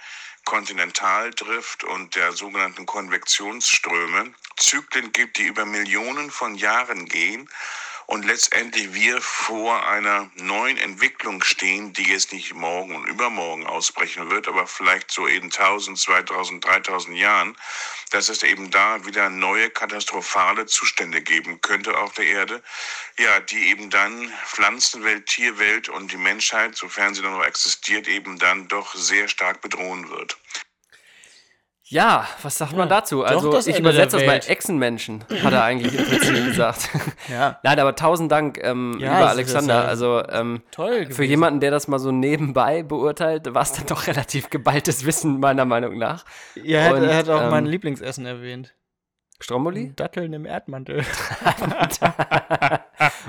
[SPEAKER 16] Kontinentaldrift und der sogenannten Konvektionsströme Zyklen gibt, die über Millionen von Jahren gehen und letztendlich wir vor einer neuen Entwicklung stehen, die jetzt nicht morgen und übermorgen ausbrechen wird, aber vielleicht so in 1000, 2000, 3000 Jahren, dass es eben da wieder neue katastrophale Zustände geben könnte auf der Erde, ja, die eben dann Pflanzenwelt, Tierwelt und die Menschheit, sofern sie dann noch existiert, eben dann doch sehr stark bedrohen wird.
[SPEAKER 4] Ja, was sagt man dazu?
[SPEAKER 3] doch
[SPEAKER 4] Also
[SPEAKER 3] das
[SPEAKER 4] ich
[SPEAKER 3] Ende
[SPEAKER 4] übersetze das
[SPEAKER 3] der
[SPEAKER 4] mal
[SPEAKER 3] Welt.
[SPEAKER 4] Echsenmenschen, hat er eigentlich im Prinzip gesagt.
[SPEAKER 3] Ja.
[SPEAKER 4] Nein, aber tausend Dank, ähm,
[SPEAKER 3] Ja,
[SPEAKER 4] lieber
[SPEAKER 3] es ist
[SPEAKER 4] Alexander.
[SPEAKER 3] ja
[SPEAKER 4] Also ähm,
[SPEAKER 3] toll
[SPEAKER 4] für
[SPEAKER 3] gewesen.
[SPEAKER 4] jemanden, der das mal so nebenbei beurteilt, war es dann doch relativ geballtes Wissen, meiner Meinung nach.
[SPEAKER 3] Ja, er hat,
[SPEAKER 4] Und,
[SPEAKER 3] er hat auch
[SPEAKER 4] ähm,
[SPEAKER 3] mein Lieblingsessen erwähnt.
[SPEAKER 4] Stromboli?
[SPEAKER 3] Datteln im Erdmantel.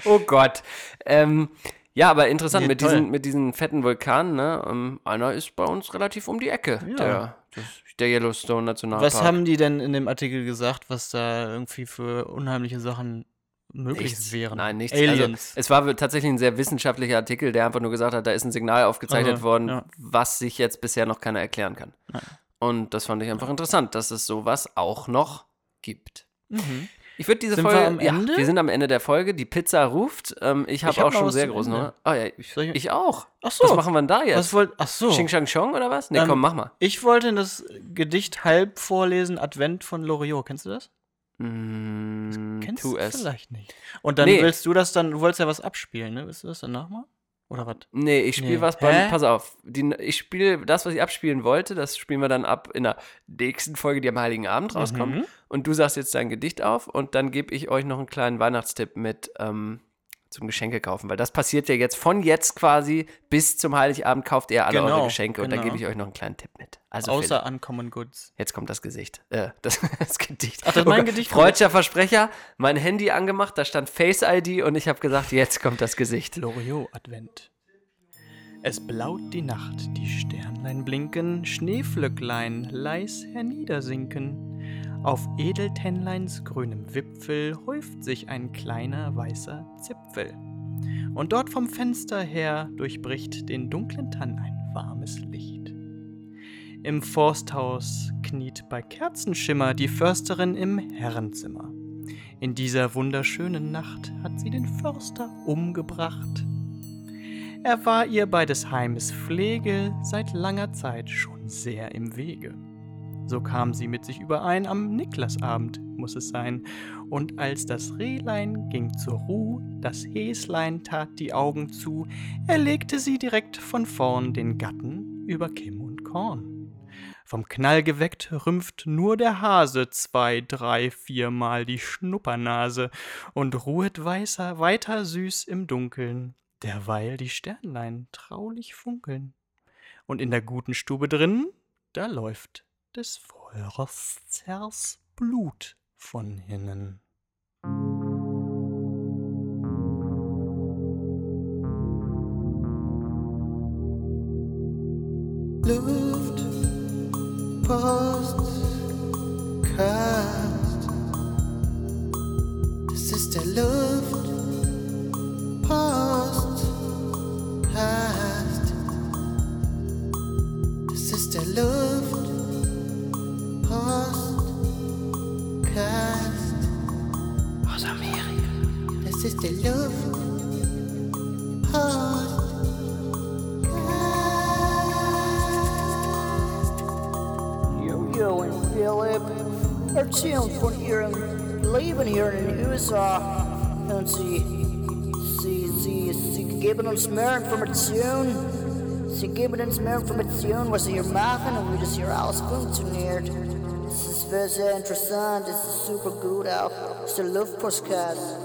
[SPEAKER 4] oh Gott. Ähm, ja, aber interessant
[SPEAKER 3] Ja,
[SPEAKER 4] mit,
[SPEAKER 3] toll.
[SPEAKER 4] diesen, mit diesen fetten Vulkanen. Ne? Ähm, einer ist bei uns relativ um die Ecke,
[SPEAKER 3] Ja.
[SPEAKER 4] der, das, der Yellowstone Nationalpark.
[SPEAKER 3] Was haben die denn in dem Artikel gesagt, was da irgendwie für unheimliche Sachen möglich
[SPEAKER 4] Nichts.
[SPEAKER 3] wären?
[SPEAKER 4] Nein, nichts.
[SPEAKER 3] Aliens.
[SPEAKER 4] Also, es war tatsächlich ein sehr wissenschaftlicher Artikel, der einfach nur gesagt hat, da ist ein Signal aufgezeichnet
[SPEAKER 3] Also,
[SPEAKER 4] worden,
[SPEAKER 3] ja.
[SPEAKER 4] was sich jetzt bisher noch keiner erklären kann.
[SPEAKER 3] Ja.
[SPEAKER 4] Und das fand ich einfach interessant, dass es sowas auch noch gibt.
[SPEAKER 3] Mhm.
[SPEAKER 4] Ich würde diese
[SPEAKER 3] Sind wir
[SPEAKER 4] Folge.
[SPEAKER 3] am Ende?
[SPEAKER 4] Ja, wir sind am Ende der Folge. Die Pizza ruft. Ähm, ich habe
[SPEAKER 3] Ich hab
[SPEAKER 4] auch
[SPEAKER 3] noch
[SPEAKER 4] schon
[SPEAKER 3] was
[SPEAKER 4] sehr
[SPEAKER 3] zum
[SPEAKER 4] großen
[SPEAKER 3] Ende.
[SPEAKER 4] Hunger. Ah ja, ich,
[SPEAKER 3] Soll ich-
[SPEAKER 4] ich auch.
[SPEAKER 3] Ach so.
[SPEAKER 4] Also, Was machen wir denn da jetzt?
[SPEAKER 3] Was wollt, ach so. Ähm,
[SPEAKER 4] Xing Shang Chong oder was? Nee, komm, mach mal.
[SPEAKER 3] Ich wollte das Gedicht halb vorlesen, Advent von Loriot. Kennst du das?
[SPEAKER 4] Mm,
[SPEAKER 3] Kennst
[SPEAKER 4] tu
[SPEAKER 3] du
[SPEAKER 4] es.
[SPEAKER 3] vielleicht nicht. Und dann
[SPEAKER 4] Nee.
[SPEAKER 3] willst du das dann, du wolltest ja was abspielen, ne? Willst du das dann nochmal? Oder was?
[SPEAKER 4] Nee, ich spiele
[SPEAKER 3] Nee.
[SPEAKER 4] was beim.
[SPEAKER 3] Hä?
[SPEAKER 4] Pass auf. Die, ich spiele das, was ich abspielen wollte, das spielen wir dann ab in der nächsten Folge, die am Heiligen Abend rauskommt.
[SPEAKER 3] Mhm.
[SPEAKER 4] Und du sagst jetzt dein Gedicht auf und dann gebe ich euch noch einen kleinen Weihnachtstipp mit ähm, zum Geschenke kaufen, weil das passiert ja jetzt von jetzt quasi bis zum Heiligabend kauft ihr alle eure
[SPEAKER 3] Genau,
[SPEAKER 4] Geschenke und dann
[SPEAKER 3] genau.
[SPEAKER 4] gebe ich euch noch einen kleinen Tipp mit. Also
[SPEAKER 3] Außer
[SPEAKER 4] Philipp,
[SPEAKER 3] Uncommon Goods.
[SPEAKER 4] jetzt kommt das Gesicht. Äh, das, das Gedicht.
[SPEAKER 3] Ach, das ist mein Gedicht.
[SPEAKER 4] Freudscher Versprecher, mein Handy angemacht, da stand Face ID und ich habe gesagt, jetzt kommt das Gesicht.
[SPEAKER 3] Loriot Advent. Es blaut die Nacht, die Sternlein blinken, Schneeflöcklein leis herniedersinken. Auf Edeltennleins grünem Wipfel häuft sich ein kleiner weißer Zipfel. Und dort vom Fenster her durchbricht den dunklen Tann ein warmes Licht. Im Forsthaus kniet bei Kerzenschimmer die Försterin im Herrenzimmer. In dieser wunderschönen Nacht hat sie den Förster umgebracht. Er war ihr bei des Heimes Pflege seit langer Zeit schon sehr im Wege. So kam sie mit sich überein, am Niklasabend muss es sein. Und als das Rehlein ging zur Ruh, das Häslein tat die Augen zu, erlegte sie direkt von vorn den Gatten über Kim und Korn. Vom Knall geweckt rümpft nur der Hase zwei, drei, viermal die Schnuppernase und ruhet weißer weiter süß im Dunkeln, derweil die Sternlein traulich funkeln. Und in der guten Stube drin, da läuft des Feuers Zers Blut von hinnen.
[SPEAKER 1] Luft, Post, Cast. Das ist der Luft, Post, Cast. Das ist der Luft, Post, Cast. Aus Amerika. Das ist der Luft, Post.
[SPEAKER 2] Yo and Philip are tuned for hearing, leaving here in USA and see, see, see, see, giving us more information. See, giving us more information was your mouth and we just hear alles gut trainiert. This is very interesting, this is super good out. It's the Luftpostcast.